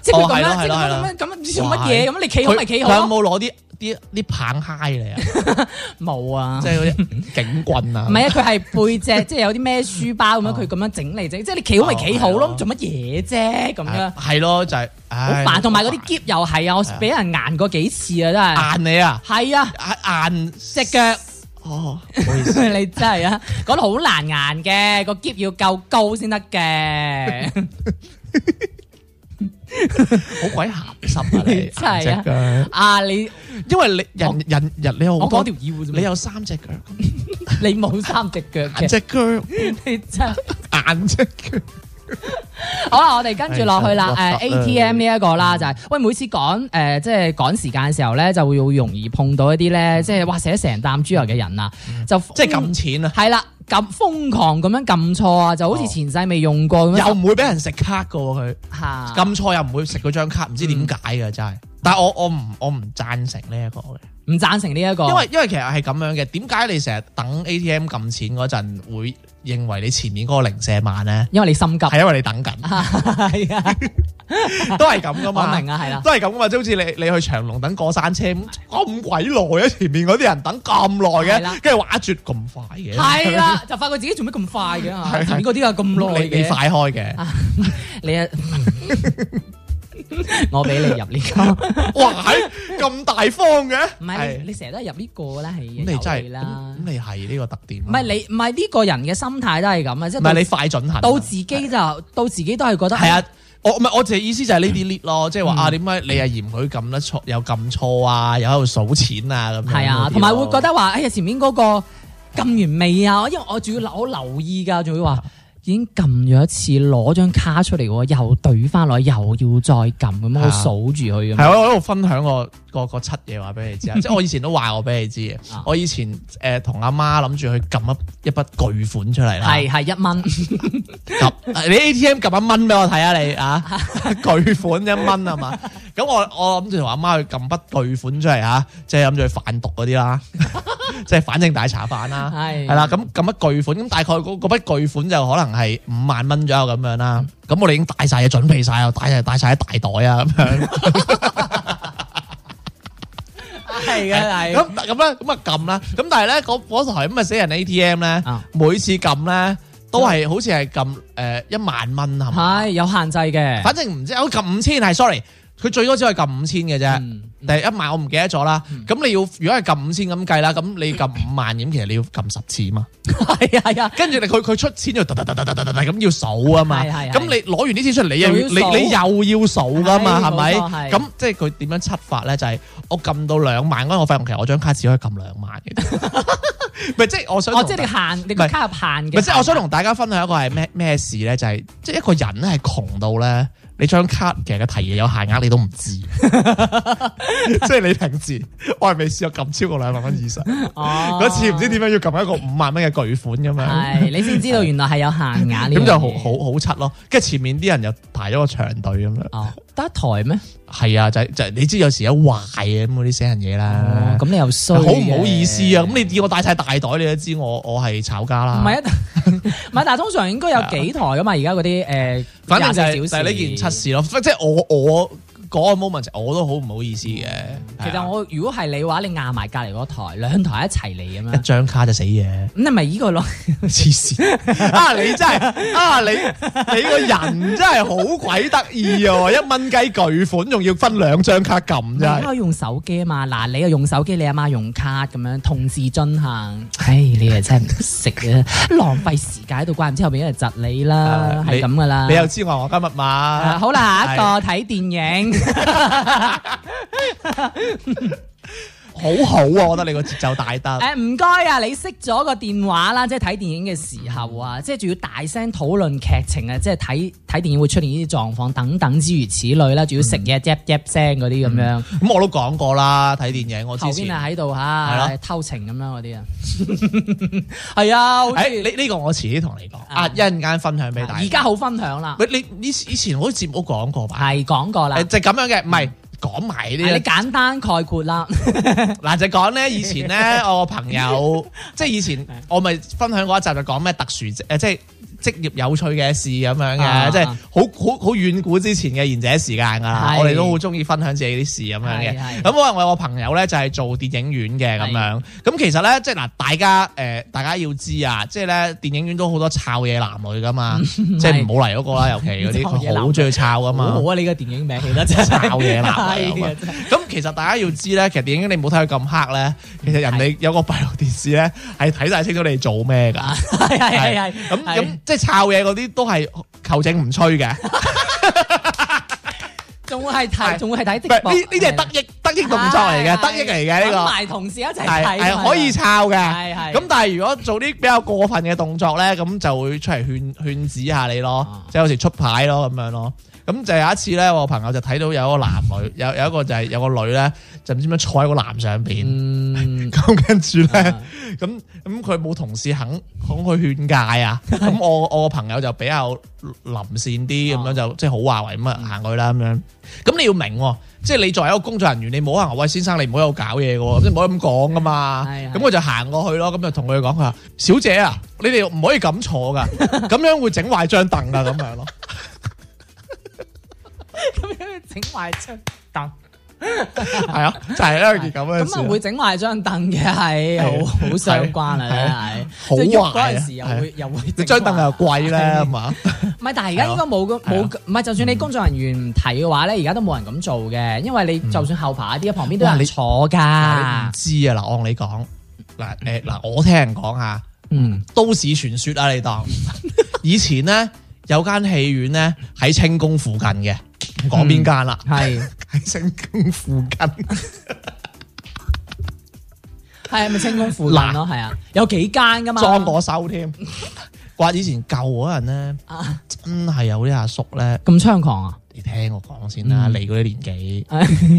G: 即係佢
B: 哦
G: 咁樣，
B: 係咯
G: 即係
B: 係
G: 咁
B: 咯
G: 樣咁樣唔知做乜嘢，咁你企好咪企
B: 佢佢
G: 好
B: 有
G: 咯，
B: 冇攞啲啲啲棒嗨 嚟啊？
G: 冇啊
B: 即。係嗰啲警棍啊？
G: 唔係啊，佢係背 脊，即係有啲咩書包咁樣，
B: 哦
G: 佢咁樣整嚟整，即係你企好咪企好
B: 哦係
G: 咯
B: 啊，
G: 做乜嘢啫咁樣
B: 唉，？係咯，就係
G: 好
B: 唉
G: 煩，同埋嗰啲夾又係啊，我俾人硬過幾次啊，真係。
B: 硬你啊，
G: 係啊，
B: 硬硬
G: 只腳
B: 哦，唔好意思。
G: 你真係啊，嗰度好難硬嘅，個夾要夠高先得嘅。
B: 好鬼鹹濕啊！你
G: 真係啊
B: 啊，
G: 啊，你
B: 因為你人人人你有好
G: 我
B: 多
G: 講條，腰啫嘛，
B: 你有三隻腳，
G: 你冇三隻腳
B: 硬
G: 嘅，
B: 隻腳，
G: 你真係。
B: 硬隻腳。
G: 好啦，我哋跟住落去啦。
B: 唉
G: 誒
B: 真係核突啊
G: ATM 呢一個啦，就係喂每次趕誒即係趕時間嘅時候咧，就會好容易碰到一啲咧，即係哇寫成啖豬油嘅人啊，就
B: 嗯
G: 嗯
B: 即係撳錢啊，
G: 係啦，撳瘋狂咁樣撳錯啊，就好
B: 哦
G: 似前世未用過咁樣。啊
B: 又唔會俾人食卡噶喎
G: 嚇
B: 佢，撳錯又唔會食嗰張卡，唔知點解嘅真係。但係我我唔我唔贊成呢一個嘅，
G: 唔贊成呢一個，
B: 因為因為其實係咁樣嘅，點解你成日等 ATM 撳錢嗰陣會認為你前面嗰個零舍慢咧？
G: 因為你心急。
B: 係因為你等緊，
G: 係啊，
B: 都係咁噶
G: 我
B: 嘛
G: 明。啊，係啦。
B: 都係咁噶嘛，即係好似你你去長龍等過山車咁咁鬼耐啊！前面嗰啲人等咁耐
G: 係啦
B: 嘅，跟住話絕咁快嘅，
G: 係啦，就發覺自己做咩咁快嘅嚇，
B: 係
G: 前面嗰啲啊咁耐
B: 你你
G: 嘅，
B: 快開嘅，
G: 你啊， 我俾你入呢個，
B: 哇！係咁大方嘅，
G: 唔係你
B: 係
G: 你成日都係入呢個啦，係
B: 咁你真
G: 有
B: 係咁
G: 啦
B: 咁。你係呢個特點啊，
G: 唔係你唔係呢個人嘅心態都係咁啊，即係
B: 唔係
G: 到
B: 你快準行，
G: 到自己就到自己都係覺得
B: 係啊。我唔係我就係意思就係呢啲 lead
G: 嗯
B: 咯，即係話啊點解你又嫌佢撳得錯，又撳錯啊，又喺度數錢啊咁樣嗰啲咯。
G: 係啊，同埋會覺得話哎呀前面嗰個撳完未啊？因為我仲要留我留意㗎，仲要
B: 啊
G: 話已經撳咗一次，攞張卡出嚟喎，又對翻落，去，又要再撳咁樣，
B: 係啊
G: 我數住佢咁
B: 係啊
G: 樣。
B: 我我喺度分享我個個七嘢話俾你知 啊！即係我以前都話我俾你知嘅
G: 啊，
B: 我以前誒同阿媽諗住去撳一一筆巨款出嚟啦，
G: 係係一蚊，
B: 撳你 ATM 撳一蚊俾我睇下 你啊，巨款一蚊啊嘛！咁我我諗住同阿媽去撳筆巨款出嚟嚇，即係諗住去販毒嗰 啲啦，即係反正大茶飯啦，
G: 係
B: 係啦，咁撳筆巨款，咁大概嗰嗰筆巨款就可能係五萬蚊左右咁樣啦。咁我哋已經帶晒嘢準備晒啊，帶晒帶晒喺大袋啊咁樣。
G: 係 嘅係
B: 咁咁咧，咁啊撳啦。咁但係咧，嗰嗰台咁嘅死人 ATM 咧
G: 啊，
B: 每次撳咧都係好似係撳誒一萬蚊係嘛？
G: 係有限制嘅。
B: 反正唔知，我撳五千係 sorry，佢最多只可以撳五千嘅啫。
G: 嗯
B: 第一萬我唔記得咗啦。咁你要如果係撳五千咁計啦，咁你撳五萬咁，其實你要撳十次嘛。
G: 係啊係啊，
B: 跟住你佢佢出錢就突突突突突突突咁要數啊嘛。
G: 係係係
B: 咁你攞完啲錢出嚟，你又要
G: 又要數
B: 你你又要數噶嘛，
G: 係
B: 係咪
G: 冇錯係？
B: 咁即係佢點樣七法咧？就係我撳到兩萬嗰陣，我發現其實我張卡只可以撳兩萬嘅啫。 咪即係我想
G: 哦
B: 同，
G: 即係
B: 大
G: 你限你個
B: 唔係
G: 卡入限嘅。
B: 咪即係我想同大家分享一個係咩咩事咧？就係即係一個人咧係窮到咧，你張卡其實嘅提嘢有限額你都唔 知，即係你平時我係未試過撳超過兩萬蚊以上，
G: 哦
B: 嗰次唔知點樣要撳一個五萬蚊嘅巨款 咁樣。
G: 係，你先知道原來係有限額呢樣嘢。
B: 咁就好好好柒咯，跟住前面啲人又排咗個長隊咁樣，
G: 哦，得一台咩？
B: 係啊，就係就係你知有時一壞啊咁嗰啲死人嘢啦
G: 哦，，咁你又衰
B: 好
G: 嘅，
B: 唔好意思啊！咁你見我帶晒大袋，你都知我我係炒家
G: 唔
B: 啦。
G: 係啊， 唔係，但係通常應該有幾台噶嘛？而家嗰啲誒，
B: 反正就係、
G: 24
B: 就
G: 小
B: 係
G: 時
B: 呢件測。試咯，即係我我嗰個 moment 我都好唔好意思嘅。
G: 其
B: 係啊
G: 實我如果係你嘅話，你壓埋隔離嗰台，兩台一齊嚟咁
B: 啊一
G: 樣，
B: 張卡就死 嘢，
G: 咁你咪依個咯。
B: 黐線啊！你真係啊你你個人真係好鬼得意啊喎！一蚊雞巨款仲要分兩張卡撳真
G: 你
B: 係
G: 可以用手機啊嘛，嗱你又用手機，你阿媽用卡咁樣同時進行。唉，你又真係唔識啊， 浪費時間喺度，怪唔之後邊有人窒你啦
B: 啊，
G: 嗯係咁噶啦。
B: 你又知我我家密碼
G: 啊好啦，下一個睇電影。
B: 好好啊！我覺得你個節奏大得。
G: 誒唔該啊，你熄咗個電話啦，即係睇電影嘅時候啊，
B: 嗯
G: 即係仲要大聲討論劇情啊，即係睇睇電影會出現呢啲狀況等等之如此類啦，仲
B: 嗯
G: 要食嘢 yap yap 聲嗰啲咁樣，
B: 咁我都講過啦，睇電影我
G: 後
B: 之前
G: 邊，啊喺度
B: 係
G: 嚇
B: 咯
G: 偷情咁樣嗰啲啊， 係啊，好似
B: 誒呢呢個我遲啲同你講，啊一陣間分享俾哎大家。
G: 而家好分享啦，
B: 喂，你呢以前好似節目講過吧？
G: 係講過啦
B: 誒，就係咁樣嘅，唔係講埋
G: 係
B: 呢啲
G: 嗯啊你。簡單概括啦，
B: 嗱就講咧，以前咧我個朋友，即係以前我咪分享過一集就講咩特殊職誒，即係職業有趣嘅事咁樣
G: 啊
B: 嘅，即係好好好遠古之前嘅賢者時間㗎啦
G: 係。
B: 我哋都好中意分享自己啲事咁樣
G: 係
B: 嘅。
G: 係
B: 咁我我有個朋友咧就係做電影院嘅咁樣。咁其實咧即係嗱，大家誒大家要知啊，即係咧電影院都好多抄嘢男女㗎 嘛，即係唔好嚟嗰個啦，尤其嗰啲
G: 抄嘢男女
B: 佢好中意抄㗎
G: 好
B: 嘛。
G: 好啊！你個電影名起得真 係
B: 抄嘢啦
G: 係啊真係
B: 咁其實大家要知咧，其實電影你冇睇佢咁黑咧，其實人哋有個閉路電視咧，係睇晒清楚你做咩㗎。
G: 係係係係哦
B: 咁咁即係抄嘢嗰啲都係求證唔 吹嘅，唔
G: 仲會係
B: 係
G: 睇，仲會係睇的
B: 係
G: 博
B: 呢呢啲係得益得益動作嚟嘅，
G: 係
B: 得益嚟嘅呢
G: 揾
B: 個。
G: 埋同事一齊
B: 係
G: 睇，
B: 係可以抄嘅。
G: 係係
B: 咁但係如果做啲比較過分嘅動作咧，咁就會出嚟勸勸止下你咯
G: 啊，
B: 即係有時出牌咯咁樣咯。咁就有一次咧，我朋友就睇到有一個男女，有有一個就係有個女咧，就唔知點樣坐喺個男上邊。
G: 嗯，
B: 咁跟住咧
G: 啊，
B: 咁咁佢冇同事肯肯去勸 戒啊，咁我我個朋友就比較臨線啲，咁
G: 啊
B: 樣就即係好話為咁啊行佢啦咁樣。咁你要明喎，即係你作為一個工作人員，你冇可能話喂先生你唔好喺度搞嘢嘅喎，即係唔可以咁講噶嘛。
G: 嗯係係
B: 咁我就行過去咯，咁就同佢講佢話：小姐啊，你哋唔可以咁 坐噶，咁樣會整壞張凳啊咁樣咯。
G: 咁樣整壞張凳，
B: 係啊，就係呢件咁嘅事
G: 咁啊
B: 啊。
G: 會整壞張凳嘅係好好相關啊，
B: 係
G: 真係。即係喐嗰
B: 好壞啊
G: 陣時又會又會
B: 你
G: 整
B: 張凳又貴啊咧，係
G: 壞
B: 嘛？
G: 唔係，但係而家應該冇咁
B: 係
G: 冇
B: 啊
G: 咁，唔係就算你工作人員唔提嘅話咧，而家都冇人咁做嘅，因為你就算後排啲旁邊都有
B: 嗯哇你
G: 人坐
B: 嗱你唔
G: 㗎。
B: 知啊，嗱，我同你講，嗱，誒，嗱，我聽人講下
G: 嗯，
B: 都市傳說啊，你 當以前咧有間戲院咧喺清宮附近嘅，唔講邊間啦，
G: 係
B: 喺嗯 清宮附近，
G: 係咪清宮附近咯？係啊，有幾間㗎嘛？
B: 裝我手添。話以前舊嗰陣咧，
G: 啊
B: 真係有啲阿叔咧，
G: 咁猖狂 啊！
B: 你聽我講先啦，
G: 嗯
B: 你嗰啲年紀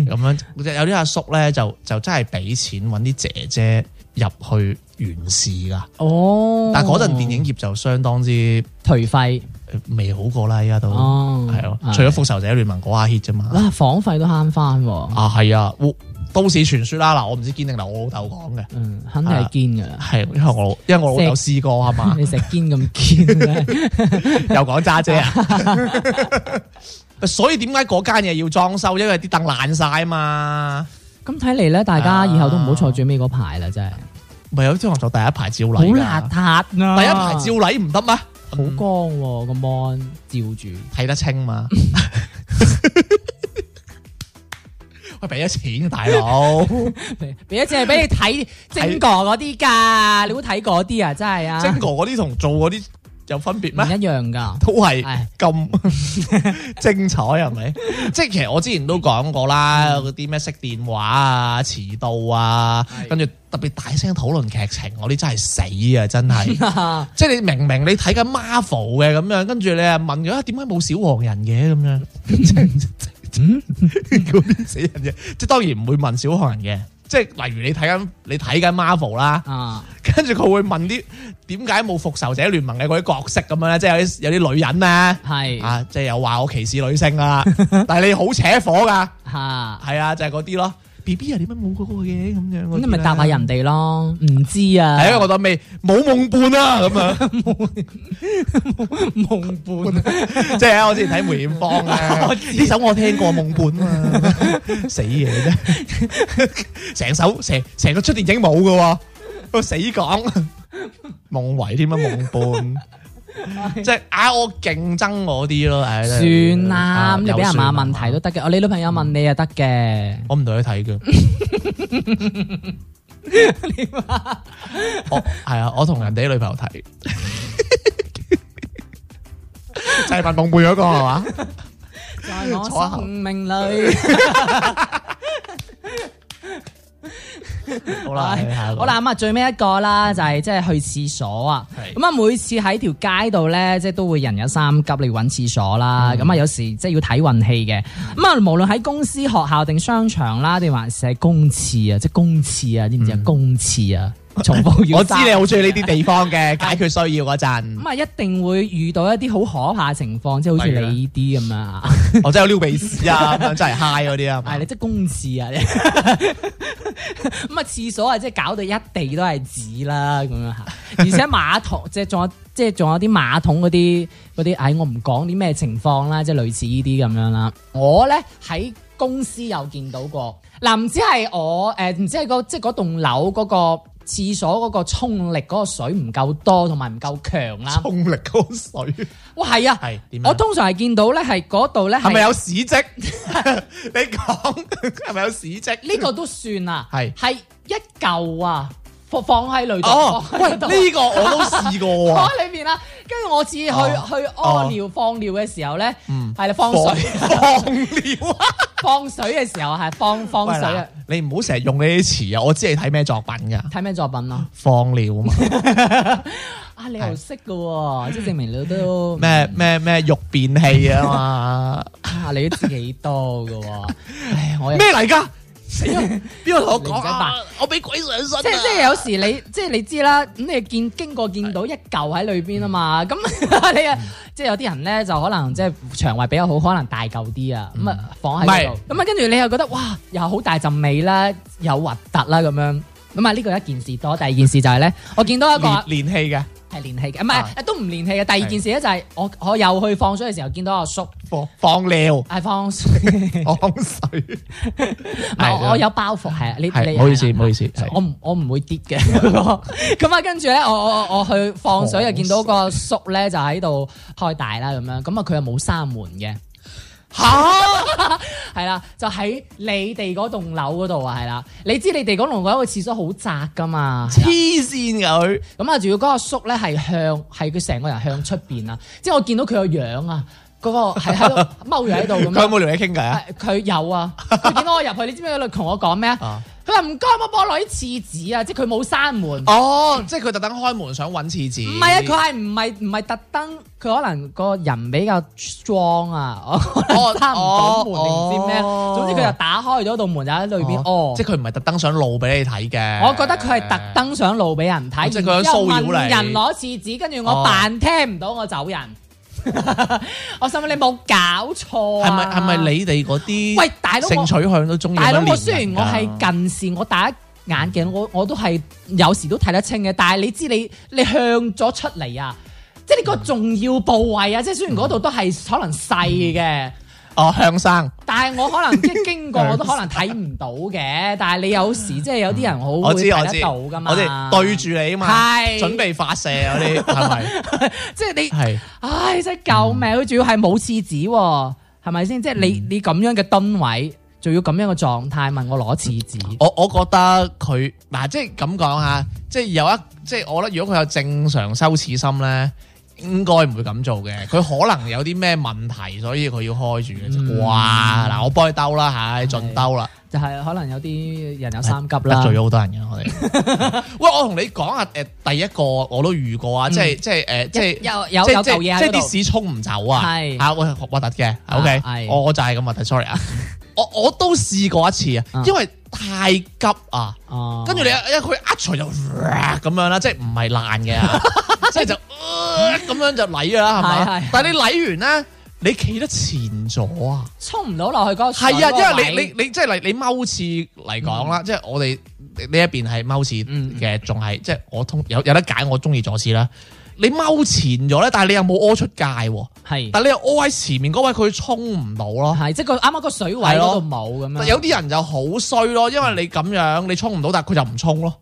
B: 咁樣，有啲阿叔咧就就真係俾錢揾啲姐姐入去完事噶，
G: 哦，
B: 但係嗰陣電影業就相當之。
G: 頹廢
B: 未好過啦，依家都
G: 哦
B: 係咯，
G: 係
B: 除咗復仇者聯盟嗰下 hit 啫嘛。
G: 哇，啊房費都慳翻喎，
B: 啊，係啊，我都市傳說啦，嗱，我唔知堅定流，我老豆講嘅，
G: 嗯，肯定係堅噶啦，
B: 係因為我因為我老豆試過係 嘛，
G: 你成日堅咁堅咧，
B: 又講揸啊姐啊。 所以點解嗰間嘢要裝修？因為啲凳爛晒啊嘛，
G: 咁睇嚟咧，大家以後都唔好坐最尾嗰排啦，真係
B: 咪有啲人坐第一排照
G: 好
B: 禮㗎
G: 邋遢啊！第一
B: 第一排照禮唔得咩？
G: 好
B: 嗯
G: 光喎個 mon 照
B: 睇得清 嘛？喂，俾咗錢啊大佬。
G: 住，俾一隻係俾你睇精哥嗰啲㗎，你會睇嗰啲啊，真係啊，
B: 精哥嗰啲同做嗰啲有分別
G: 唔
B: 咩？
G: 一樣㗎，
B: 都係
G: 係
B: 咁 精彩係咪？即係其實我之前都講過啦，嗰啲咩熄電話啊、遲到啊，
G: 係
B: 跟住特別大聲討論劇情，我啲真係死啊！真係，即係你明明你睇緊 Marvel 嘅咁樣，跟住你啊問佢啊點解冇小黃人嘅咁樣，即係即 係嗰啲死人嘢，即係當然唔會問小黃人嘅。即係例如你睇緊你睇緊 Marvel 啦，
G: 啊，
B: 跟住佢會問啲點解冇復仇者聯盟嘅嗰啲角色咁樣咧，即係有啲有啲女人咧。
G: 係
B: 啊，即係又話我歧視女性 啊，但係你好扯火噶，
G: 嚇，
B: 係啊，就係嗰啲咯。B B 啊，點解冇嗰個嘅咁樣？
G: 咁你咪答下人，哋咯，唔知啊，
B: 係啊，我當未冇夢伴啊，咁樣，
G: 夢伴。
B: 即係我之前睇梅艷 芳啊，呢首我聽過夢伴啊嘛，死嘢啫，成首成成個出電影冇嘅喎，我死講夢遺添啊，夢伴，即係啊，我競爭嗰啲咯，唉
G: 啊
B: 真係
G: 算啦，咁嗯你俾人問下問題都得嘅，我你女朋友問你又得嘅，
B: 我唔同 佢睇嘅。我係啊，我同人哋女朋友 睇，就係問夢貝嗰個係嘛？
G: 在 我
B: 坐下
G: 生命裏。
B: 好啦，去下一個
G: 好啦，，咁啊最尾一個啦，就係即係去廁所啊。
B: 係
G: 咁啊，每次喺條街度咧，即係都會人有三急，你要揾廁所
B: 嗯
G: 啦。咁啊、有時即係要睇運氣嘅。咁啊，無論喺公司、學校定商場啦，定還是係公廁啊，即係公廁啊，知唔知啊？公廁啊，重複要
B: 嗯 我知
G: 三
B: 你好中意呢啲地方嘅解決需要嗰陣
G: 咁，啊，一定會遇到一啲好可怕嘅情況，即係好似
B: 例如
G: 你呢啲咁樣啊，
B: 我真係有撩鼻屎啊，咁樣真係 high 嗰啲啊
G: 係
B: 嘛
G: 你。即係公廁啊，你 咁啊廁所啊，即係搞到一地都係紙啦咁樣 嚇，而且馬桶即係仲有即係仲有啲馬桶嗰啲嗰啲，唉、我唔講啲咩情況啦，即係類似呢啲咁樣啦。我咧喺公司有見到過，嗱唔知係我誒，唔、知係個即係嗰棟樓嗰個廁所嗰個衝力嗰個水唔夠多同埋唔夠強啦。
B: 衝力高水
G: 哇，係啊！
B: 係點樣？
G: 我通常係見到咧，係嗰度咧
B: 係咪
G: 係
B: 有屎跡？ 你講係咪有屎跡？
G: 呢個都算啊，
B: 係
G: 係一嚿啊，放放喺裏度，
B: 哦，
G: 放
B: 喂，
G: 喺度
B: 呢個我都試過
G: 放
B: 啊。
G: 喺裏邊啦。跟住我次去去
B: 哦嗯
G: 屙尿放尿嘅時候咧，係 啦，放
B: 放
G: 水
B: 放尿啊！
G: 放水嘅時候係放 放
B: 喂
G: 水啊
B: 嗱。，你唔好成日用呢啲詞啊！我知你睇咩作品噶，
G: 睇咩作品啊？
B: 放尿啊 嘛，
G: 啊，你又識嘅喎，即係證明你都
B: 咩咩咩肉便器啊嘛，
G: 啊，你都知幾多嘅 喎。唉，我又
B: 咩嚟噶？死啊！邊個同
G: 你唔
B: 我講
G: 使
B: 啊
G: 扮？
B: 我俾鬼上身
G: 即
B: 啊！
G: 即有時你即係你知啦，咁你見經過見到一嚿喺裏邊啊嘛，咁
B: 嗯
G: 你啊，即係有啲人咧就可能即係腸胃比較好，可能大嚿啲啊，咁
B: 嗯
G: 啊放喺嗰度，咁啊跟住你又覺得哇，又好大陣味啦，又核突啦咁樣。咁啊，呢個一件事多，第二件事就係咧，我見到一個係
B: 連連氣嘅
G: 連氣嘅，唔
B: 啊
G: 係都唔連氣嘅。第二件事咧就係我我又去放水嘅時候，見到阿叔
B: 放放尿
G: 係放水，
B: 放水，
G: 我我有包袱係啊，你
B: 係
G: 你
B: 唔好意思，
G: 係啦
B: 唔好意思，係
G: 我唔我唔會跌嘅， 咁啊跟住咧，我我我去放水又見到個叔咧就喺度開大啦咁樣，咁啊佢又冇閂門嘅，嚇 係啦，就喺你哋嗰棟樓嗰度啊，係啦，你知你哋嗰棟樓個廁所好窄噶嘛，係
B: 黐
G: 啦
B: 線㗎佢。
G: 咁啊仲要嗰個叔咧係向係佢成個人向出邊啊，即係我見到佢個樣啊，嗰、個係喺度踎咗喺度咁
B: 佢有
G: 樣。
B: 冇同你傾偈啊？
G: 誒佢有啊，佢見到我入去，你知唔知佢同我講咩啊
B: 啊？
G: 佢話唔該，我幫我攞啲廁紙啊，即係佢冇閂門。
B: 哦，即係佢特登開門想揾廁紙。
G: 唔係啊，佢係唔係唔係特登？佢可能個人比較 strong 啊，我可能 閂唔到門定唔知咩。
B: 哦
G: 總之佢就打開咗道門就喺裏邊哦。
B: 即係佢唔係特登想露俾你睇嘅。
G: 我覺得佢係特登想露俾人睇，
B: 哦即係佢
G: 然之後
B: 想騷擾
G: 問
B: 你
G: 人攞廁紙，跟住
B: 哦
G: 我扮聽唔到，我走人。 我心諗你冇搞錯啊！
B: 係咪係咪你哋嗰啲？
G: 喂大佬我
B: 性取向都中意。
G: 大佬，我雖然我係近視，我戴一眼鏡，
B: 嗯
G: 我我都係有時都睇得清嘅。但係你知你你向咗出嚟啊，即係呢個重要部位啊，即係雖然嗰度都係可能細嘅。
B: 哦向生，
G: 但係我可能即係經過 我都可能睇唔到嘅，但係你有時即係有啲人好
B: 嗯我
G: 會
B: 知我
G: 睇
B: 知
G: 得到噶嘛，
B: 我哋對住你啊嘛，
G: 係
B: 準備發射嗰啲係咪？
G: 即係你，
B: 係嗯
G: 唉真係救命！佢仲要係冇廁紙喎，係咪先？即係你你咁樣嘅蹲位，仲要咁樣嘅狀態問我攞廁紙，
B: 我我覺得佢嗱，即係咁講嚇，即係有一即係我覺得，如果佢有正常羞恥心咧。應該唔會咁做嘅，佢可能有啲咩問題，所以佢要開住嘅啫。哇！嗱，我幫佢兜啦，唉，盡兜啦。
G: 就係可能有啲人有三急
B: 得
G: 啦
B: 罪。咗好多人 嘅我哋。喂，我同你講啊，誒，第一個我都遇過啊，即係即係誒，即係
G: 有有
B: 即係
G: 有
B: 即
G: 嚿嘢
B: 係
G: 喺
B: 即
G: 嗰
B: 係
G: 度
B: 啲屎沖唔走啊，
G: 係
B: 啊，喂，核突嘅
G: 啊
B: ，OK，
G: 係
B: 我我就係咁核突，sorry 啊，我我都試過一次啊
G: 啊，
B: 因為太急啊，
G: 哦
B: 跟住你因為佢一除就咁樣啦，即係唔係爛嘅啊，即係就呃咁樣就舐㗎啦，係
G: 係
B: 嘛
G: 係？
B: 但係你舐完咧，你企得前咗啊！
G: 衝唔到落去嗰個水
B: 係
G: 嗰個
B: 啊，因
G: 位嗯
B: 為你你你即係嚟你踎廁嚟講啦，即係我哋呢一邊係踎廁嘅，仲係即係我通有有得揀，我中意左廁啦。你踎前咗咧，但係你又冇屙出界喎，
G: 係
B: 但係你又屙喺前面嗰位，佢衝唔到咯。
G: 嗯係即啊係個啱啱個水位
B: 係咯
G: 嗰度冇咁樣，
B: 有啲人就好衰咯，因為你咁
G: 啊
B: 樣你衝唔到，但係佢就唔衝咯。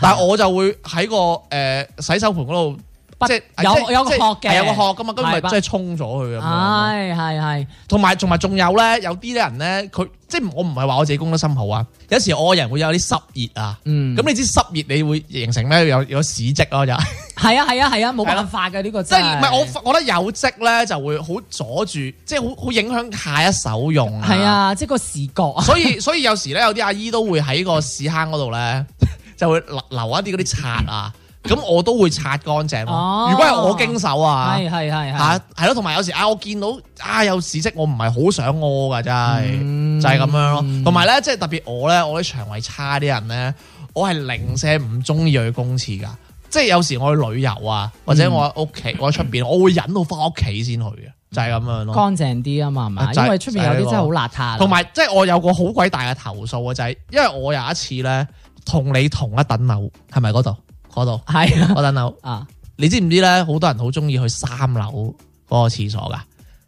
B: 但係我就會喺個誒、呃洗手盆嗰度
G: 不
B: 即係
G: 有有個
B: 即係
G: 殼嘅
B: 係有個殼噶嘛，咁咪
G: 係
B: 即係沖咗佢咁樣。
G: 係係係，
B: 同埋同埋仲有咧，有啲人咧，佢即係我唔係話我自己攻得心好啊，有時我個人會有啲濕熱啊。
G: 嗯，
B: 咁
G: 咁
B: 你知濕熱你會形成咩？有有屎 跡咯，就係
G: 係啊係啊係啊，冇辦法嘅呢個
B: 即係
G: 真
B: 唔係我我覺得有跡咧就會好阻住，即係好好影響下一手用
G: 係。啊，即係個視覺啊，
B: 所以所以有時咧，有啲阿姨都會喺個屎坑嗰度咧， 就會留留一啲嗰啲刷啊。咁我都會刷乾淨咯。
G: 哦
B: 如果係我經手啊，
G: 係係係
B: 嚇
G: 係，
B: 係咯，同埋有時啊，我見到啊有屎跡，我唔係好想屙噶，真係
G: 嗯
B: 就係咁樣咯。同埋咧，即係特別我咧，我啲腸胃差啲人咧，我係零舍唔中意去公廁噶。即係有時我去旅遊啊，或者我喺屋企，我喺出邊，我會忍到翻屋企先去嘅，就係咁樣咯。
G: 乾淨啲啊嘛，係
B: 啊
G: 嘛？
B: 就係
G: 因為出面有啲真係好邋遢，
B: 同埋即係我有個好鬼大嘅投訴啊，就係、因為我有一次咧同你同一等樓，係咪嗰度？嗰度
G: 係啊
B: 嗰等樓，
G: 啊，
B: 你知唔知咧？好多人好中意去三樓嗰個廁所噶，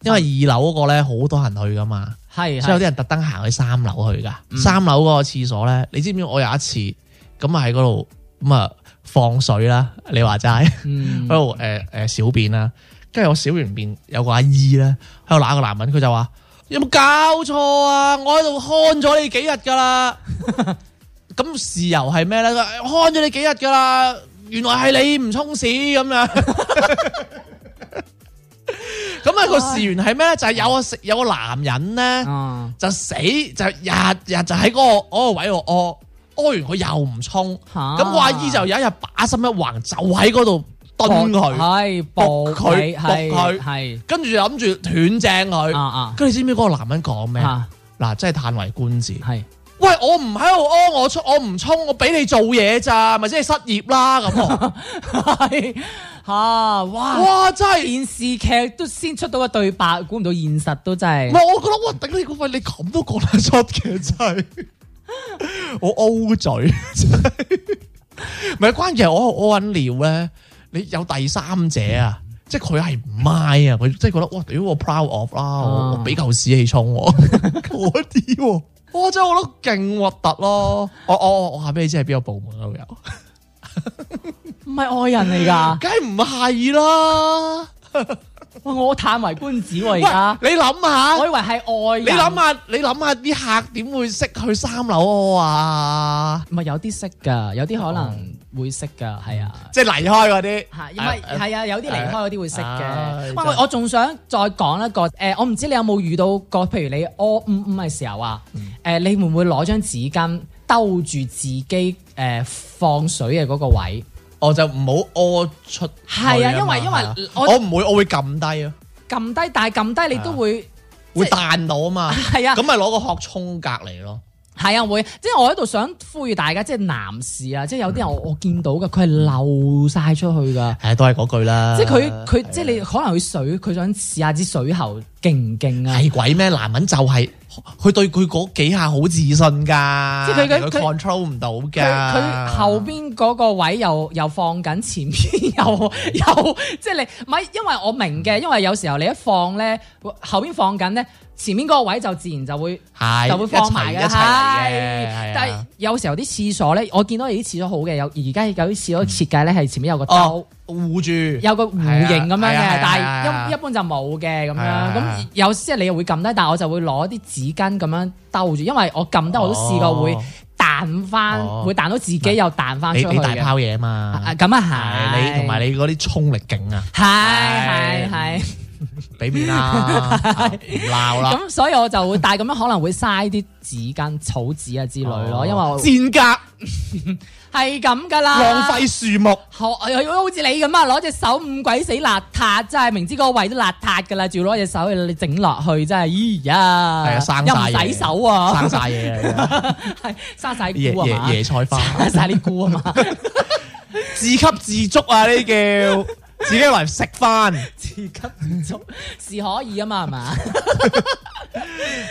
B: 因為二樓嗰個咧好多人去噶嘛，
G: 係
B: 所以有啲
G: 係
B: 人特登行去三樓去噶。三樓嗰個廁所咧，你知唔知我有一次咁啊喺嗰度咁啊放水啦，你話齋。
G: 嗯
B: 喺度誒誒呃小便啦，跟住我小完便有個阿姨咧喺度揦個男人，佢就話：有冇搞錯啊？我喺度看咗你幾日㗎啦。咁事由係咩咧？佢話看咗你幾日㗎啦，原來係你唔沖屎咁樣。咁啊個事源係咩咧？就係、有個食有個男人咧。
G: 啊
B: 就死就日日就喺嗰、個嗰個位度屙，屙完佢又唔沖，
G: 嚇
B: 咁我阿姨就有一日把心一橫，就喺嗰度蹲佢，
G: 係
B: 搏
G: 搏
B: 佢
G: 佢
B: 搏佢
G: 係
B: 跟住就諗住斷正
G: 係啊
B: 佢。
G: 啊
B: 跟住你知唔知嗰個男人講咩？
G: 啊
B: 嗱，真係嘆為觀止。
G: 係
B: 喂，我唔喺度屙，我出我唔沖，我俾你做嘢咋，咪即係失業啦咁 喎。
G: 係嚇哇！
B: 哇，真係
G: 電視劇都先出到個對白，估唔到現實都真係
B: 唔係，我覺得哇，頂你個肺，你咁都講得出嘅真係，我 O 嘴真係，唔係關鍵係我我緊尿咧，你有第三者啊，即係佢係唔 mind 啊，佢即係覺得哇，屌我 proud of 啦，我
G: 啊
B: 我俾嚿屎氣衝我嗰啲喎，哇真係我覺得勁核突咯，我我我下俾你知係邊個部門嗰度有，
G: 唔係愛人嚟㗎。
B: 梗係唔係啦，
G: 哇！我嘆為觀止喎，而家
B: 喂你諗下，
G: 我以為係愛人。
B: 你諗下，你諗下啲客點會識去三樓屙啊？
G: 唔係有啲識㗎，有啲可
B: 哦
G: 能會識㗎，係啊。
B: 即係離開嗰啲，
G: 係，因為係啊，有啲離開嗰啲會識
B: 唉
G: 嘅。
B: 啊
G: 喂，
B: 真係
G: 我我仲想再講一個誒、我唔知你有冇遇到過，譬如你屙五五嘅時候啊，
B: 嗯
G: 誒、你會唔會攞張紙巾兜住自己誒、放水嘅嗰個位？
B: 我就唔好屙出去嘛。
G: 係啊因為因為
B: 係啊
G: 我
B: 我唔會，我會撳低啊，
G: 撳低，但係撳低你都會即
B: 會
G: 係
B: 彈到啊嘛。
G: 係啊
B: 咁咪攞個殼衝隔離咯。
G: 係啊會，即係我喺度想呼籲大家，即係男士啊，即係有啲人我
B: 嗯
G: 我見到嘅，佢係漏晒出去㗎。
B: 誒，都係嗰句啦。
G: 即係佢佢即係
B: 啊係啊
G: 你可能佢水，佢想試下支水喉勁唔勁啊？
B: 係鬼咩？男人就係佢對佢嗰幾下好自信㗎，即
G: 即係佢佢佢
B: control 唔到㗎。
G: 佢佢後邊嗰個位又又放緊，前邊又 又即係你唔係，因為我明
B: 嗯
G: 嘅，因為有時候你一放咧，後邊放緊咧，前面嗰個位就自然就會。
B: 係
G: 就會放埋
B: 一
G: 嘅，
B: 齊一齊嚟嘅係
G: 係
B: 啊
G: 但係有時候啲廁所咧，我見到有啲廁所好嘅，有而家有啲廁所設計咧係前面有個
B: 嗯哦
G: 兜，
B: 護住
G: 有個弧形咁樣
B: 係
G: 嘅，
B: 啊係啊係啊係啊
G: 但係一一般就冇嘅咁樣。
B: 係啊係啊
G: 咁有時即係你又會撳低，但係我就會攞啲紙巾咁樣兜住，因為我撳低我都試過會
B: 哦
G: 彈翻
B: 哦，
G: 會彈到自己又彈翻
B: 你
G: 出去
B: 你大
G: 嘅。
B: 拋嘢嘛。
G: 啊咁啊
B: 係
G: 係，
B: 你同埋你嗰啲衝力勁啊！
G: 係係係。
B: 俾面啦，唔鬧啦，
G: 咁所以我就會，但係咁樣可能會嘥啲紙巾、草紙啊之類
B: 哦
G: 咯，因為我
B: 賤格
G: 係咁噶啦，
B: 浪費樹木，
G: 學好似你咁啊，攞隻手咁鬼死邋遢，真係明知個胃都邋遢噶啦，仲要攞隻手去整落去，真係咦
B: 係啊
G: 呀！
B: 生
G: 又唔
B: 晒嘢
G: 洗手啊，
B: 生晒嘢啊，
G: 係 生晒
B: 椰
G: 菇啊
B: 椰
G: 嘛，
B: 椰菜花，
G: 生晒啲菇啊嘛，
B: 自給自足啊！呢叫自己嚟食翻，
G: 自給自足是可以啊嘛，係嘛？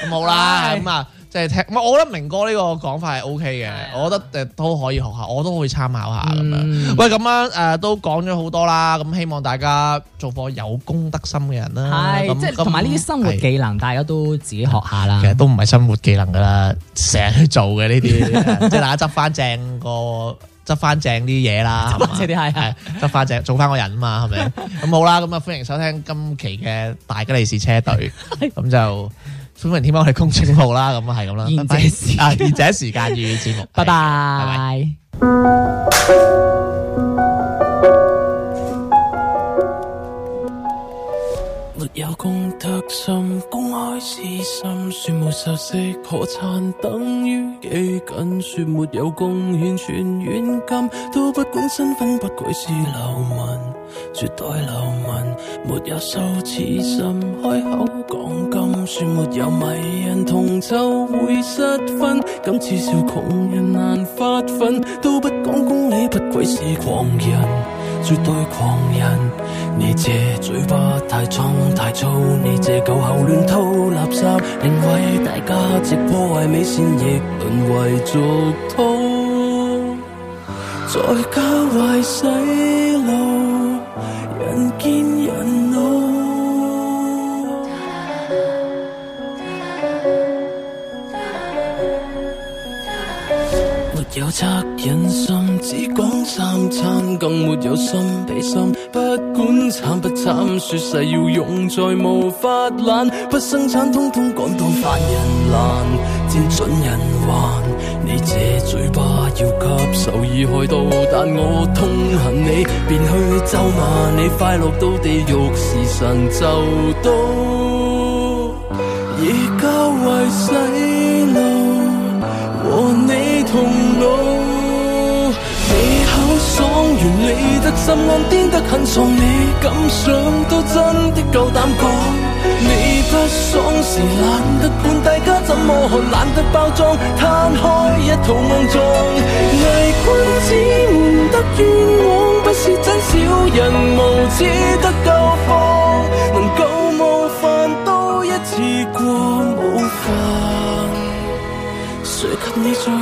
B: 咁好啦，
G: 係
B: 咁啊，即係聽，唔係我覺得明哥呢個講法係 O K 嘅
G: 係啊，
B: 我覺得誒都可以學下，我都可以參考下咁樣。
G: 嗯
B: 喂，咁樣誒都講咗好多啦，咁希望大家做個有公德心嘅人啦，
G: 係
B: 咁
G: 即係同埋呢啲生活。
B: 咁係
G: 技能，大家都自己學下啦
B: 其。實 都唔係生活技能噶啦，成日去做嘅呢啲，即係大家執翻正個執翻正啲嘢啦，
G: 執翻正啲係啊
B: 係啊執翻正，做翻個人啊嘛，係咪？咁好啦，咁啊歡迎收聽今期嘅大吉利是車隊，咁就歡迎添加我哋公眾號啦，咁啊係咁啦，
G: 賢者
B: 拜拜
G: 時間
B: 啊，賢者時間與節目，
G: 拜
B: 係拜拜。
G: 拜。
I: 没有公德心，公开私心，说冇受息可餐，等于几紧，说没有贡献，全软禁，都不管身份，不愧是流民，绝代流民，没有羞耻心，开口讲金，说没有迷人同舟会失分，今次笑穷人难发奋，都不讲公理，不愧是狂人。绝对狂人。你这嘴巴太重太粗，你这狗口乱吐垃圾，令偉大價值破壞美善，亦淪為俗套。再加壞洗腦，人見人怒。没有恻隐心，只讲三餐，更没有心比心。不管惨不惨，说誓要用在无法懒，不生产通通讲当犯人难，贱准人还。你这嘴巴要吸受已害到，但我痛恨你，便去咒骂你，快乐到地狱时辰就到，已教坏洗脑。和你同路。你口爽完，你得心安，癲得很爽，你敢想都真的夠膽講。你不爽時懶得管大家怎麼看，懶得包裝，攤開一肚骯髒。偽君子唔得冤枉，不是真小人無恥得夠放，能夠冒犯都一次過冇犯。谁給你最好？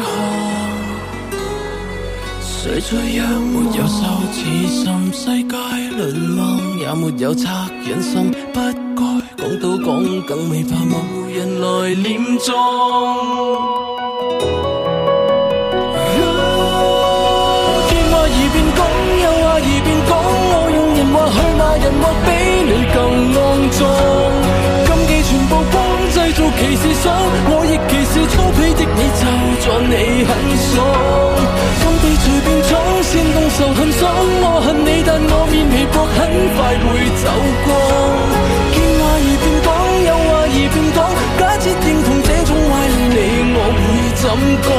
I: 誰最仰望？沒有羞恥心，世界淪亡，也沒有恻隱心，不該講到講，更未怕冇人來念中。見我而便講，又話而便講，我用人話去罵人，或比你更骯髒。禁忌全部幫製造歧視想，我亦歧視粗鄙的你，就在你很爽。當地隨便闖，煽動仇恨想，我恨你，但我面微薄，很快會走光。見話而便講，又話而便講，假設認同這種歪理，你我會怎講？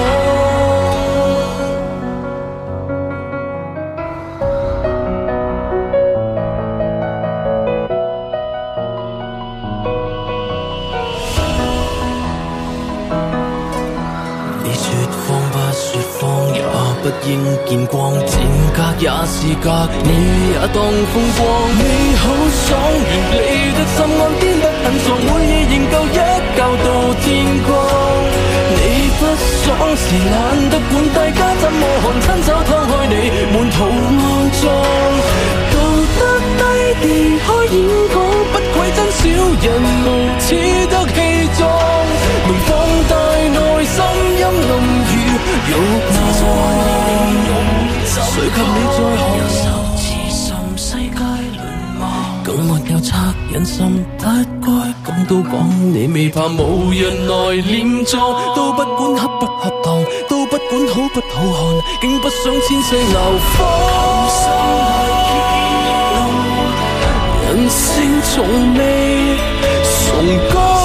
I: 你說謊不說謊，也不應見光，賤格也是格，你也當風光。你好爽，原你的心安，癲得很爽，每夜仍舊一覺到天光。你不爽時懶得管大家怎麼看，親手劏開你，滿肚骯髒。道德低調開演講，不愧真小人，無恥得氣壯，能放大內心陰暗與欲望。誰及你再好？世界更沒有恻隱心，不該講都講，你未怕冇人來念錯，都不管恰不恰當，都不管好不好看，竟不想千世流芳。人性從未崇高。